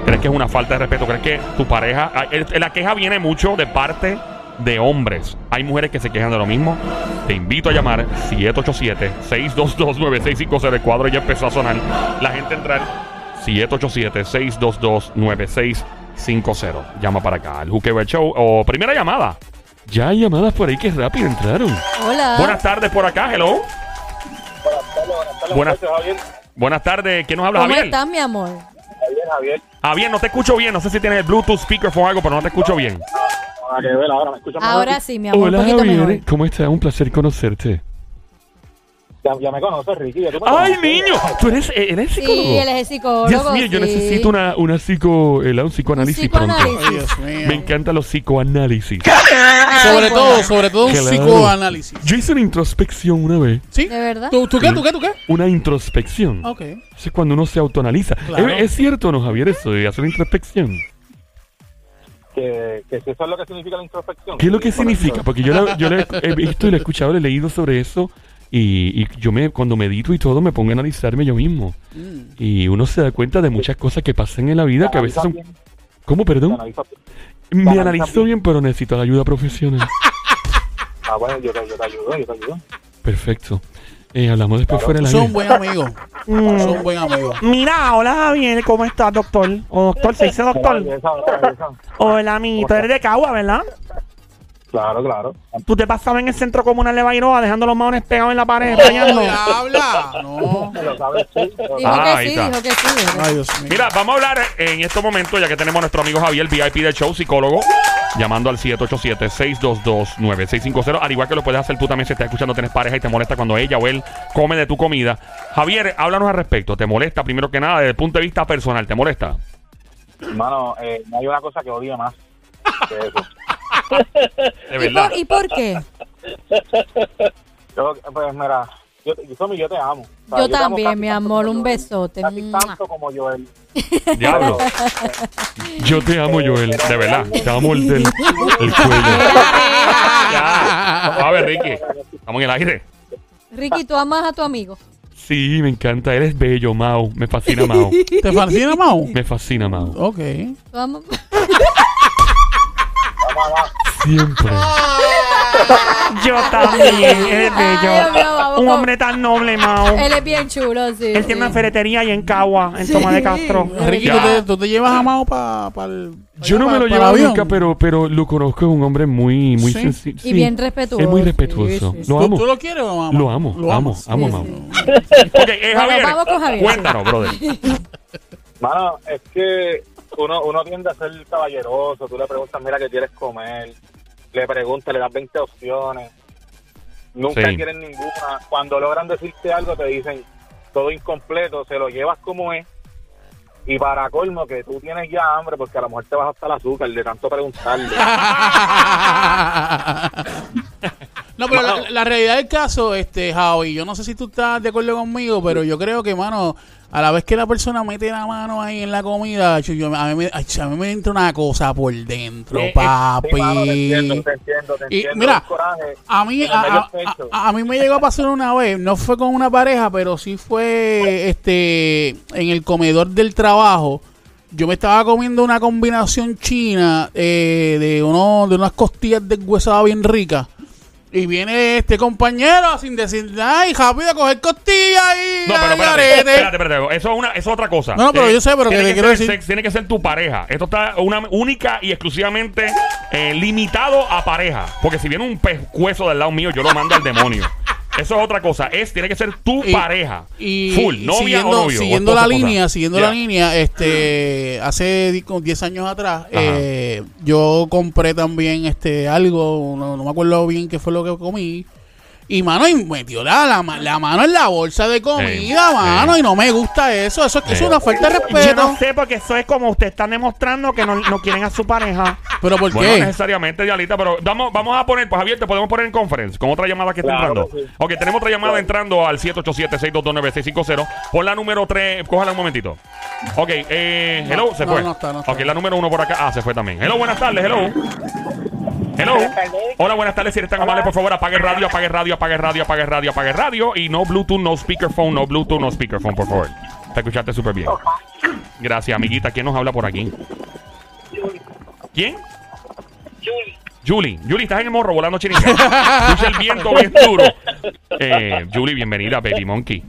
A: ¿Crees que es una falta de respeto? ¿Crees que tu pareja... ah, el- La queja viene mucho de parte de hombres. Hay mujeres que se quejan de lo mismo. Te invito a llamar 787-622-9650. El cuadro ya empezó a sonar. La gente entrar. 787-622-9650. Llama para acá. El Juqueo del Show. O primera llamada. Ya hay llamadas por ahí que rápido entraron.
B: Hola.
A: Buenas tardes por acá, hello. Buenas, buenas tardes, ¿quién nos habla,
B: ¿Cómo
A: Javier?
B: estás, mi amor?
A: Javier, no te escucho bien, no sé si tienes el Bluetooth speakerphone o algo, pero no te escucho bien.
B: Ahora sí, mi amor, un poquito mejor.
A: ¿cómo estás? Un placer conocerte.
I: Ya, ya me conoces, Ricky. ya tú me
A: ¡Ay,
I: conoces.
A: niño! ¿Tú eres, eh, eres psicólogo?
B: Sí, él es el psicólogo.
A: Dios mío, yo
B: sí.
A: necesito una, una psico, eh, un psicoanálisis pronto.
B: psicoanálisis.
H: Ay, Dios mío.
A: Me encantan los psicoanálisis.
H: Sobre todo, sobre todo un
A: Claro.
H: psicoanálisis.
A: Yo hice una introspección una vez.
H: ¿Sí?
B: ¿De verdad?
H: ¿Tú, tú qué? ¿Tú qué? ¿Tú qué?
A: Una introspección.
B: Oh.
H: Ok.
A: Eso es cuando uno se autoanaliza.
H: Claro.
A: ¿Es, es cierto o no, Javier, eso de hacer introspección?
I: Que, que si eso es lo que significa la introspección.
A: ¿Qué es lo que
I: Sí, por
A: significa?
I: ejemplo.
A: Porque yo, la- yo
I: [LAUGHS]
A: la he visto y lo he escuchado, lo he leído sobre eso. Y, y yo me, cuando medito y todo, me pongo a analizarme yo mismo.
I: Mm.
A: Y uno se da cuenta de muchas cosas que pasan en la vida que a veces son...
I: Analiza bien,
A: ¿Cómo, perdón?
I: analiza bien.
A: Me
I: analiza
A: analizo
I: bien.
A: bien, pero necesito la ayuda profesional.
I: [LAUGHS] Ah, bueno, yo te, yo te ayudo, yo te ayudo.
A: Perfecto. Eh, hablamos después fuera
H: Tú
A: de la
H: sos un
A: vida.
H: buen amigo. Tú sos un buen
B: [LAUGHS]
H: amigo.
D: Mm. Mira, hola Javier, ¿cómo estás, doctor? O doctor, se dice
I: Una
D: doctor.
I: belleza, una belleza.
D: Hola, mi, tú eres de Cagua, ¿verdad?
I: Claro, claro.
D: Tú te pasabas en el centro comunal de Bairoa dejando los maones pegados en la pared,
H: No,
D: rayando.
H: habla. No.
I: Lo sabes tú. lo-
B: Dijo
A: Ah,
B: que
A: ahí
B: sí,
A: está.
B: dijo que sí. ¿verdad?
H: Ay, Dios mío.
A: Mira, vamos a hablar en estos momentos, ya que tenemos a nuestro amigo Javier, VIP del show, psicólogo, llamando al 787-622-9650. Al igual que lo puedes hacer tú también si estás escuchando, tienes pareja y te molesta cuando ella o él come de tu comida. Javier, háblanos al respecto. ¿Te molesta, primero que nada, desde el punto de vista personal? ¿Te molesta?
I: Mano, eh, no hay una cosa que odie más que eso.
A: De
B: ¿Y por, ¿Y por qué?
I: Yo, pues mira, yo, te- Somi, yo te amo. O sea,
B: Yo
I: te amo
B: también,
I: casi
B: mi
I: tanto
B: amor,
I: como
B: un
I: Joel.
B: besote.
I: Casi
B: Mua.
I: tanto como Joel.
A: Diablo. Yo te amo, Joel. De verdad. Te amo
C: [LAUGHS]
A: el, del- el cuello. Ya. A ver, Ricky. Estamos en el aire.
B: Ricky, ¿tú amas a tu amigo?
A: Sí, me encanta. Eres bello, Mau. Me fascina, Mau.
H: ¿Te fascina, Mau?
A: Me fascina, Mau.
H: Ok.
B: ¿Tú amas?
A: Siempre.
D: Yo también, eres
B: [LAUGHS] Ay, Dios mío,
D: bello.
B: vamos
D: Un
B: con-
D: hombre tan noble, Mao.
B: Él es bien chulo, sí.
D: Él tiene una
B: sí.
D: ferretería ahí en Cagua, en Tomás de Castro.
H: Ricky, ¿tú
A: Ya.
H: te, tú te llevas a Mao para el.
A: Yo no me lo llevo nunca, pero, pero lo conozco, es un hombre muy, muy
H: Sí.
A: sencillo.
B: Y bien respetuoso.
A: Es muy
B: Sí,
A: respetuoso.
B: sí, sí.
A: Lo
H: ¿Tú,
A: amo.
H: tú lo quieres o amas?
A: Lo amo, amo,
H: amas?
A: amo,
B: Sí,
A: amo.
B: sí.
A: Ok, eh,
B: Bueno,
A: Javier,
B: vamos con Javier,
A: Cuéntanos, brother.
I: Mano, es que uno, uno tiende a ser caballeroso. Tú le preguntas, mira, ¿qué quieres comer? Le preguntas, le das 20 opciones. Nunca
A: Sí.
I: quieren ninguna. Cuando logran decirte algo, te dicen todo incompleto, se lo llevas como es. Y para colmo, que tú tienes ya hambre, porque a lo mejor te vas hasta el azúcar de
C: [LAUGHS]
I: tanto preguntarle.
C: [LAUGHS] Ah, No, pero la, la realidad del caso, este, Javi, yo no sé si tú estás de acuerdo conmigo, pero yo creo que, mano, a la vez que la persona mete la mano ahí en la comida, yo- yo- a, mí, me- a mí me entra una cosa por dentro,
I: Eh, eh,
C: papi.
I: sí, mano, te entiendo, te entiendo, te
C: pues. Y
I: entiendo.
C: mira,
I: Un coraje
C: A mí,
I: en
C: a,
I: el medio
C: a-
I: pecho.
C: a- a mí me llegó a pasar una vez, no fue con una pareja, pero sí fue este en el comedor del trabajo. Yo me estaba comiendo una combinación china eh, de, uno, de unas costillas deshuesadas bien ricas. Y viene este compañero sin decir, ay, rápido, a coger costillas y...
A: No, pero
C: ay,
A: espérate,
C: garete".
A: espérate, espérate. Eso es, una, eso es otra cosa.
C: No, no, pero
A: Eh,
C: yo sé, pero
A: tiene
C: que
A: que,
C: te quiero
A: ser,
C: decir-
A: sex- tiene que ser tu pareja. Esto está una, única y exclusivamente eh, limitado a pareja. Porque si viene un pescuezo del lado mío, yo lo mando al demonio. Eso es otra cosa. Es, tiene que ser tu
C: Y-
A: pareja.
C: Y
A: Full, novia
C: siguiendo,
A: o novio. o
C: siguiendo
A: esposa,
C: la
A: esposa.
C: línea, siguiendo
A: Ya. Mm.
C: la línea, este, hace di- como 10 años atrás, eh, yo compré también este algo, no, no me acuerdo bien qué fue lo que comí. Y mano, y metió la, la, ma- la mano en la bolsa de comida,
A: Ey,
C: mano,
A: ey.
C: y no me gusta eso. Eso, eso es
A: Ey.
C: una falta de
D: Yo
C: respeto.
D: no sé, porque eso es como ustedes están demostrando que no, no quieren a su pareja.
C: Pero ¿por
A: Bueno, no
C: qué?
A: necesariamente, Dialita, pero vamos, vamos a poner, pues Javier, te podemos poner en conference con otra llamada que está
I: Claro
A: entrando.
I: que sí.
A: Ok, tenemos otra llamada entrando al 787-622-9650. Pon la número 3, cójala un momentito. Ok, eh, hello, se
C: no,
A: fue.
C: no está, no está.
A: Ok, la número 1 por acá. Ah, se fue también. Hello, buenas tardes, hello. Hello. Hola, buenas tardes. Si eres tan amable, por favor, apague el radio, apague el radio, apague el radio, apague el radio, apague el radio. Y no Bluetooth, no speakerphone, no Bluetooth, no speakerphone, por favor. Te escuchaste súper bien. Gracias, amiguita. ¿Quién nos habla por aquí? ¿Quién? Julie, Julie, estás en el morro volando chiringa. Escucha el viento bien duro. Eh, Julie, bienvenida, Baby Monkey.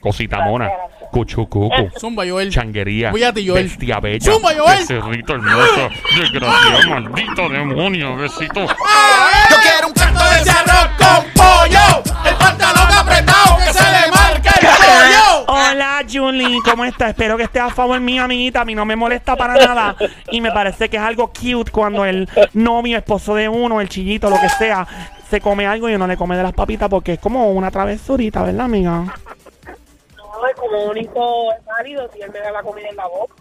A: Cosita mona. Cuchucucu.
C: Zumba, Joel.
A: Changuería.
C: Cuídate, Joel.
A: Bestia bella.
C: Zumba, Joel.
A: Becerrito hermoso. Desgraciado, maldito demonio. Besito.
J: Yo quiero un canto de ese arroz con pollo. El pantalón apretado que se le marca
C: [LAUGHS]
J: el pollo.
D: Hola, Julie, ¿cómo estás? Espero que estés a favor mía, amiguita. A mí no me molesta para nada. Y me parece que es algo cute cuando el novio, esposo de uno, el chillito, lo que sea, se come algo y uno le come de las papitas porque es como una travesurita, ¿verdad, amiga?
K: No, es como único es válido si él me da la comida en la boca.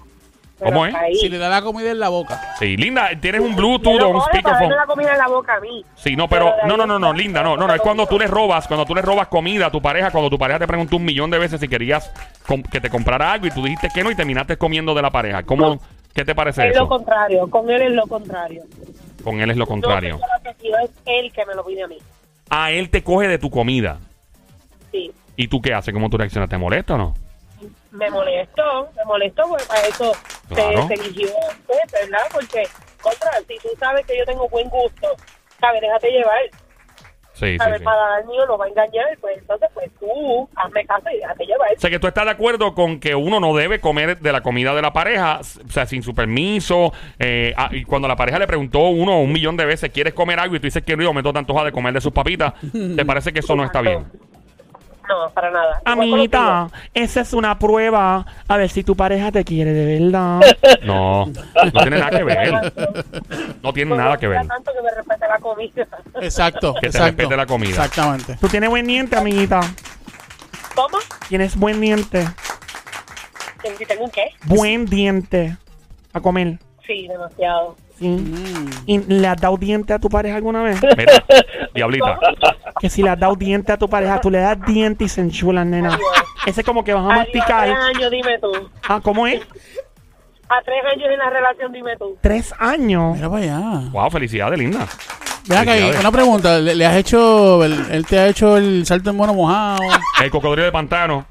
K: Pero
A: ¿Cómo es?
K: hasta ahí.
C: Si le da la comida en la boca.
A: Sí, linda, tienes un
K: Él
A: Bluetooth
K: lo
A: o un
K: coge para darme
A: speakerphone.
K: la comida en la boca a mí.
A: Sí, no, pero
K: Pero de ahí
A: no, no, no, no,
K: está-
A: linda, no, no, no, es cuando tú le robas, cuando tú le robas comida a tu pareja, cuando tu pareja te preguntó un millón de veces si querías com- que te comprara algo y tú dijiste que no y terminaste comiendo de la pareja. ¿Cómo, qué te parece
K: Es lo
A: eso?
K: contrario, con él es lo contrario.
A: Con él es lo contrario.
K: Yo lo que pido es él que me lo pide a mí.
A: A él te coge de tu comida.
K: Sí.
A: ¿Y tú qué haces? ¿Cómo tú reaccionas? ¿Te molesta o no?
K: Me molesto, me molesto porque para eso se-
A: Claro.
K: se eligió usted, ¿verdad? Porque, contra, si tú sabes que yo tengo buen gusto, sabes, déjate llevar,
A: Sí, sí,
K: sabes,
A: sí.
K: para dar mío no va a engañar, pues entonces, pues tú hazme caso y déjate llevar.
A: O sea que tú estás de acuerdo con que uno no debe comer de la comida de la pareja, s- o sea, sin su permiso. eh, ah, y cuando la pareja le preguntó uno un millón de veces, ¿quieres comer algo? Y tú dices que no, yo me doy tanto de comer de sus papitas. ¿Te parece que eso no está bien?
K: No, para nada. Igual con los
D: Amiguita, esa es una prueba. A ver si tu pareja te quiere de
K: [LAUGHS]
D: verdad.
A: No, no tiene nada que ver. No tiene
K: tuyos.
A: Mm, nada que ver.
K: Me gusta tanto que me respete la comida. [LAUGHS]
C: Exacto.
A: Que te
C: exacto.
A: respete la comida.
C: Exactamente.
D: Tú tienes buen diente, amiguita.
K: ¿Cómo?
D: Tienes buen diente.
K: ¿Que si tengo un qué?
D: Buen diente. A comer.
K: Sí, demasiado.
D: ¿sí?
B: Mm.
D: ¿Y le has dado diente a tu pareja alguna vez?
A: Mira, diablita.
D: Que si le has dado diente a tu pareja, tú le das diente y se enchulan, nena. Ese es como que vas a
K: Adiós, a tres
D: masticar.
K: años, dime tú.
D: Ah, ¿cómo es?
K: A tres años en la relación, dime tú.
D: Tres años.
C: Mira para allá.
A: Wow, felicidades, linda.
C: Mira acá, y
A: Felicidades.
C: una pregunta. ¿Le, le has hecho, el- él te ha hecho el salto en mono mojado?
A: El cocodrilo de pantano,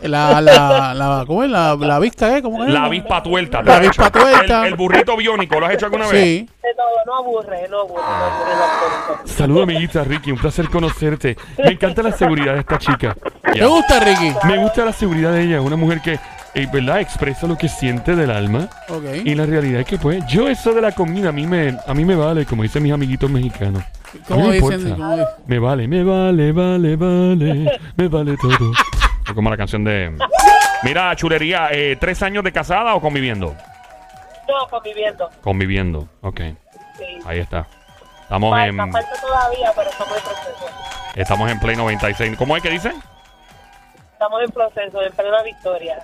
C: La, la, la, ¿cómo es? La, la visca, ¿eh? ¿Cómo es?
A: la avispa tuerta. ¿te
C: La
A: lo has
C: avispa
A: hecho?
C: tuerta.
A: El, el burrito biónico, ¿lo has hecho alguna vez?
C: Sí.
K: De todo, no aburre, no aburre. No aburre, no aburre.
E: Saludos, amiguita Ricky. Un placer conocerte. Me encanta la seguridad de esta chica.
C: ¿Te gusta, Ricky?
E: Me gusta la seguridad de ella. Una mujer que, en ¿verdad?, expresa lo que siente del alma.
C: Ok.
E: Y la realidad es que, pues, yo eso de la comida a mí me, a mí me vale, como dicen mis amiguitos mexicanos.
C: ¿Cómo
E: no me
C: dicen?
E: importa.
C: ¿Cómo dicen?
E: Me vale, me vale, vale, vale. Me vale todo.
A: O Como la canción de. Mira, chulería, eh, ¿tres años de casada o conviviendo?
K: No, conviviendo.
A: Conviviendo, ok.
K: Sí.
A: Ahí está. Estamos en,
K: Falta, falta todavía, pero estamos en proceso.
A: estamos en Play 96. ¿Cómo es que dice?
K: Estamos en proceso de plena victoria.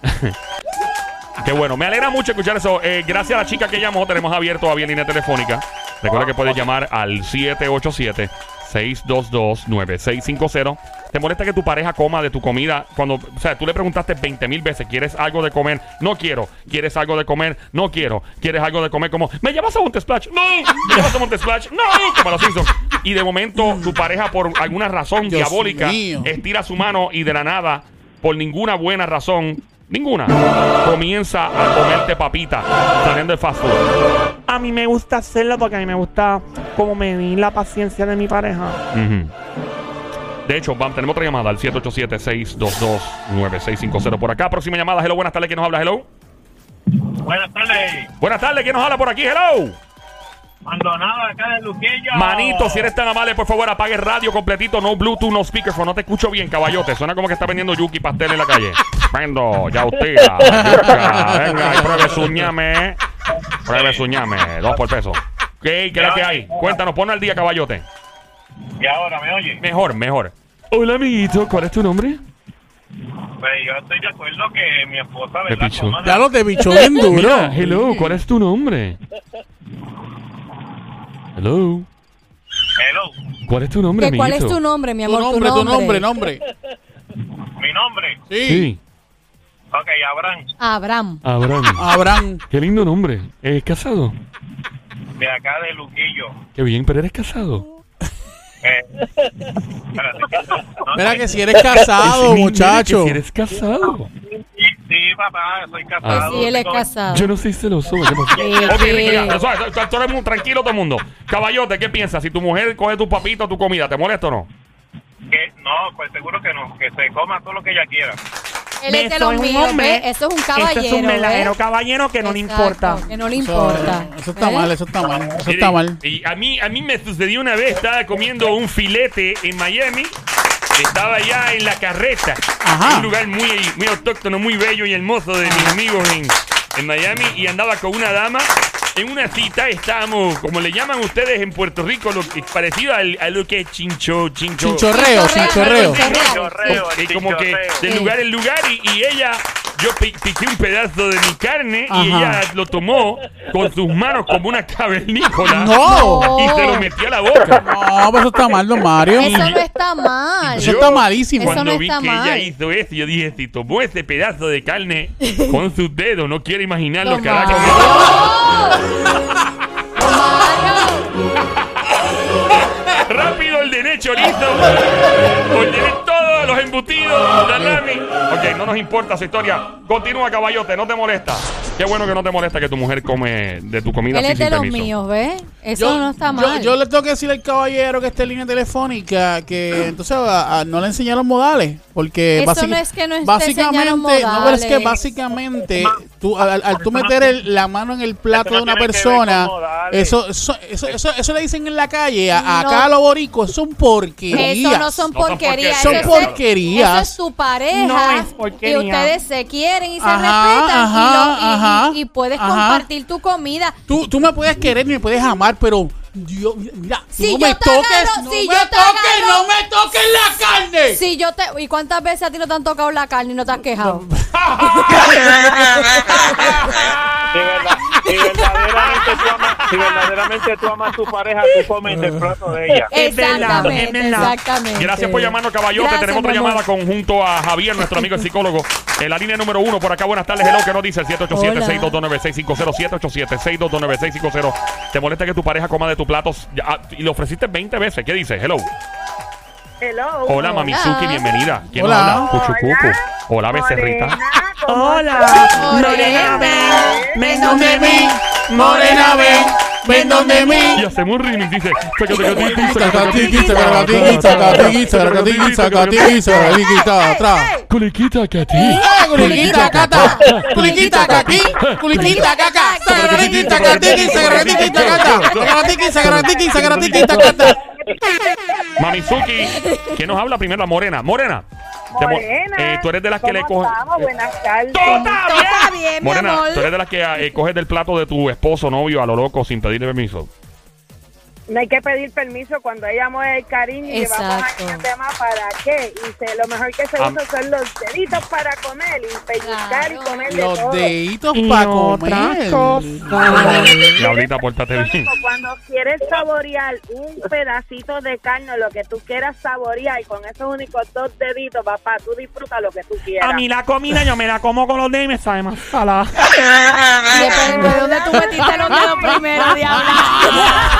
A: Qué bueno, me alegra mucho escuchar eso. Eh, gracias a la chica que llamó, tenemos abierto todavía línea telefónica. Recuerda que puedes llamar al 787-622-9650. ¿Te molesta que tu pareja coma de tu comida? Cuando, o sea, tú le preguntaste 20 mil veces, ¿quieres algo de comer? No quiero. ¿Quieres algo de comer? No quiero. ¿Quieres algo de comer? Como, ¿me llamas a Montesplash? No. ¿Me llamas a Montesplash? No. Como los Simpsons. Y de momento, tu pareja, por alguna razón
C: Dios
A: diabólica,
C: mío.
A: estira su mano y de la nada, por ninguna buena razón, ninguna, comienza a comerte papita saliendo de fast food.
D: A mí me gusta hacerlo porque a mí me gusta como medir la paciencia de mi pareja.
A: Ujú. De hecho, vamos, tenemos otra llamada al 787-622-9650 por acá. Próxima llamada, hello, buenas tardes, ¿quién nos habla? Hello.
I: Buenas tardes,
A: Buenas tardes, ¿quién nos habla por aquí? Hello.
I: Maldonado acá de Luquillo.
A: Manito, si eres tan amable, por favor, apague el radio completito, no Bluetooth, no speakerphone. No te escucho bien, caballote. Suena como que está vendiendo yuki pastel en la calle. Vendo, ya usted. yuca. Venga, y pruebe su ñame. Pruebe su ñame, dos por peso. ¿Qué, qué es la que hay? Cuéntanos, pon al día, caballote.
I: Y ahora me oye.
A: Mejor, mejor. Hola, amiguito, ¿cuál es tu nombre?
I: Pues yo estoy de acuerdo que mi esposa,
A: Me
I: ¿verdad?
A: pichó.
I: Comanda-
C: Ya lo te bicho bien duro.
A: hello, ¿cuál es tu nombre? Hello,
I: Hello,
A: ¿cuál es tu nombre,
B: ¿Que ¿Cuál es tu nombre, mi
C: Tu
B: amor?
C: nombre, tu nombre, nombre.
I: mi nombre.
C: Sí.
I: Ok, Abraham,
B: Abraham.
E: Abraham.
C: Abraham.
E: Qué lindo nombre. ¿Es casado?
I: de acá de Luquillo.
E: Qué bien, pero eres casado.
B: [LAUGHS]
I: Eh, espérate, que- no
C: Mira
I: sé.
C: que si
A: [LAUGHS]
C: eres casado,
E: Sí, mira
C: muchacho.
E: que Si eres casado.
I: Sí, papá, soy casado.
B: Ah, Sí, él es
I: Tengo-
B: casado.
E: Yo no soy celoso. ¿qué pasó?
B: Sí,
A: Ok,
B: sí.
A: mira, suave, suave, todo el mundo- tranquilo todo el mundo. Caballote, ¿qué piensas? Si tu mujer coge tu papito, tu comida, ¿te molesta o no?
I: Que, no, pues seguro que no, que se coma todo lo que ella quiera.
B: Él es de
D: Eso
B: los míos, ¿ves? Eso es un caballero.
D: Eso Este es un
B: ¿ves?
D: verdadero caballero que no le
B: Exacto,
D: importa.
B: Que no le
C: Eso,
B: importa.
C: eso está
B: ¿ves?
C: mal, eso está mal, eso
A: Miren,
C: está mal.
A: Y a mí, a mí me sucedió una vez, estaba comiendo un filete en Miami. Estaba ya en la carreta.
C: Ajá.
A: En Un lugar muy, muy autóctono, muy bello y hermoso de mis amigos en, en Miami. Y andaba con una dama. En una cita estábamos, como le llaman ustedes en Puerto Rico, lo, que- parecido al- a lo que es chincho, chincho.
C: Chinchorreo, chinchorreo.
I: Chorreo, el
A: Y como que
I: chinchorreo.
A: de
B: Sí.
A: lugar en lugar y, y ella, yo pi- piqué un pedazo de mi carne y
C: Ajá.
A: ella lo tomó con sus manos como una cavernícola
C: No.
A: y se lo metió a la
B: [LAUGHS]
A: boca.
C: No, pero eso está mal, don Mario.
B: Eso no está mal.
C: Eso
A: Yo-
C: está malísimo.
B: Eso
A: Cuando
B: no
A: vi
B: está
A: que ella
B: mal.
A: hizo eso, yo dije, si tomó ese pedazo de carne con sus dedos, no quiero imaginar lo que hará con
B: Tomás.
A: él. [LAUGHS] Rápido el derecho, Pues listo. Ordené todos los embutidos, salami. Ok, no nos importa su historia. Continúa, caballote, no te molesta. Qué bueno que no te molesta que tu mujer come de tu comida
B: Él
A: así
B: es
A: sin
B: de los
A: permiso.
B: míos, ¿ves? Eso no está
C: yo-
B: mal.
C: Yo, le tengo que decir al caballero que esté en línea telefónica que entonces a- a- no le enseñaron modales. Porque
B: Eso
C: básica-
B: no es que no te
C: básicamente,
B: enseñaron
C: no, pero es que
B: modales.
C: básicamente tú, al, al- al tú meter el- la mano en el plato
I: Eso no
C: de una
I: tiene que ver
C: persona,
I: con modales.
C: eso, eso, eso, eso, eso le dicen en la calle. A,
B: No.
C: Acá a los boricos son porquerías.
B: Eso no son
A: No son porquerías.
B: porquerías. eso
C: Son
B: es-
C: porquerías.
B: Eso es tu pareja.
D: No es
B: Y
D: porquería.
B: ustedes se quieren y se
C: Ajá,
B: respetan.
C: ajá,
B: y, lo- y-
C: ajá,
B: y- y puedes
C: ajá.
B: compartir tu comida.
C: Tú, tú me puedes querer y me puedes amar, pero Dios, mira, tú
B: Si
C: no
B: yo
C: me
B: te
C: toques,
B: agarro,
C: no
B: si
C: me
B: yo te
C: toques,
B: agarro.
C: no me toques la carne.
B: Si yo te. ¿Y cuántas veces a ti no te han tocado la carne y no te has quejado?
I: Si, verdad- [LAUGHS] si verdaderamente tú amas, si verdaderamente tú amas a tu pareja, tú comes del plato de ella.
D: Es verdad, es
B: exactamente,
D: verdad.
B: exactamente.
A: Gracias por llamarnos, caballote.
B: Gracias,
A: Tenemos otra
B: mi amor.
A: llamada conjunto a Javier, nuestro amigo el psicólogo. En la línea número uno, por acá, buenas tardes. Hello, que nos dice el 787-622-9650. 787-622-9650. ¿Te molesta que tu pareja coma de tu plato? Ya, ah, Y le ofreciste 20 veces. ¿Qué dice? Hello.
K: Hello.
A: Hola, Mamizuki, bienvenida. ¿Quién nos
C: Hola.
A: habla? Cuchucucu. Hola, [LAUGHS] becerrita.
D: Hola,
B: Morena.
D: Morena, ven, ven donde
C: mí, morena ven, ven donde mí.
A: Y hacemos un remix, dice.
C: Sacatiqui, sacatiqui, sacatiqui, sacatiqui, sacatiqui, sacatiqui, ta, tra.
E: Culiquita, que a
B: ¿Eh?
E: ti.
C: Ah, Culiquita cata, culiquita caqui, culiquita caca, sacatiqui, sacatiqui, sacatiqui, sacata, sacatiqui, sacatiqui, sacatiqui, sacata.
A: Mamizuki, ¿quién nos habla primero? La Morena. Morena. te mo- eh, tú eres de las que le coge.
K: Buenas tardes.
A: ¡Tota bien!
B: Tota bien, mi
A: Morena,
B: amor.
A: tú eres de las que eh, coges del plato de tu esposo novio a lo loco sin pedirle permiso.
K: No hay que pedir permiso cuando hay amor y cariño y llevamos
B: Exacto.
K: años de más para qué. Y se- lo mejor que se
A: Am-
K: usa son los deditos para comer y pellizcar y comer de
H: Los
K: todo.
H: deditos
D: Y
H: para
D: otras
H: comer.
D: cosas.
A: Laurita, pórtate [LAUGHS] bien.
K: Cuando quieres saborear un pedacito de carne, lo que tú quieras saborear, y con esos únicos dos deditos, papá, tú disfruta lo que tú quieras.
D: A mí la comida yo me la como con los dedos y me sabe más salada. [LAUGHS]
B: Depende de dónde tú metiste los dedos primero, diabla.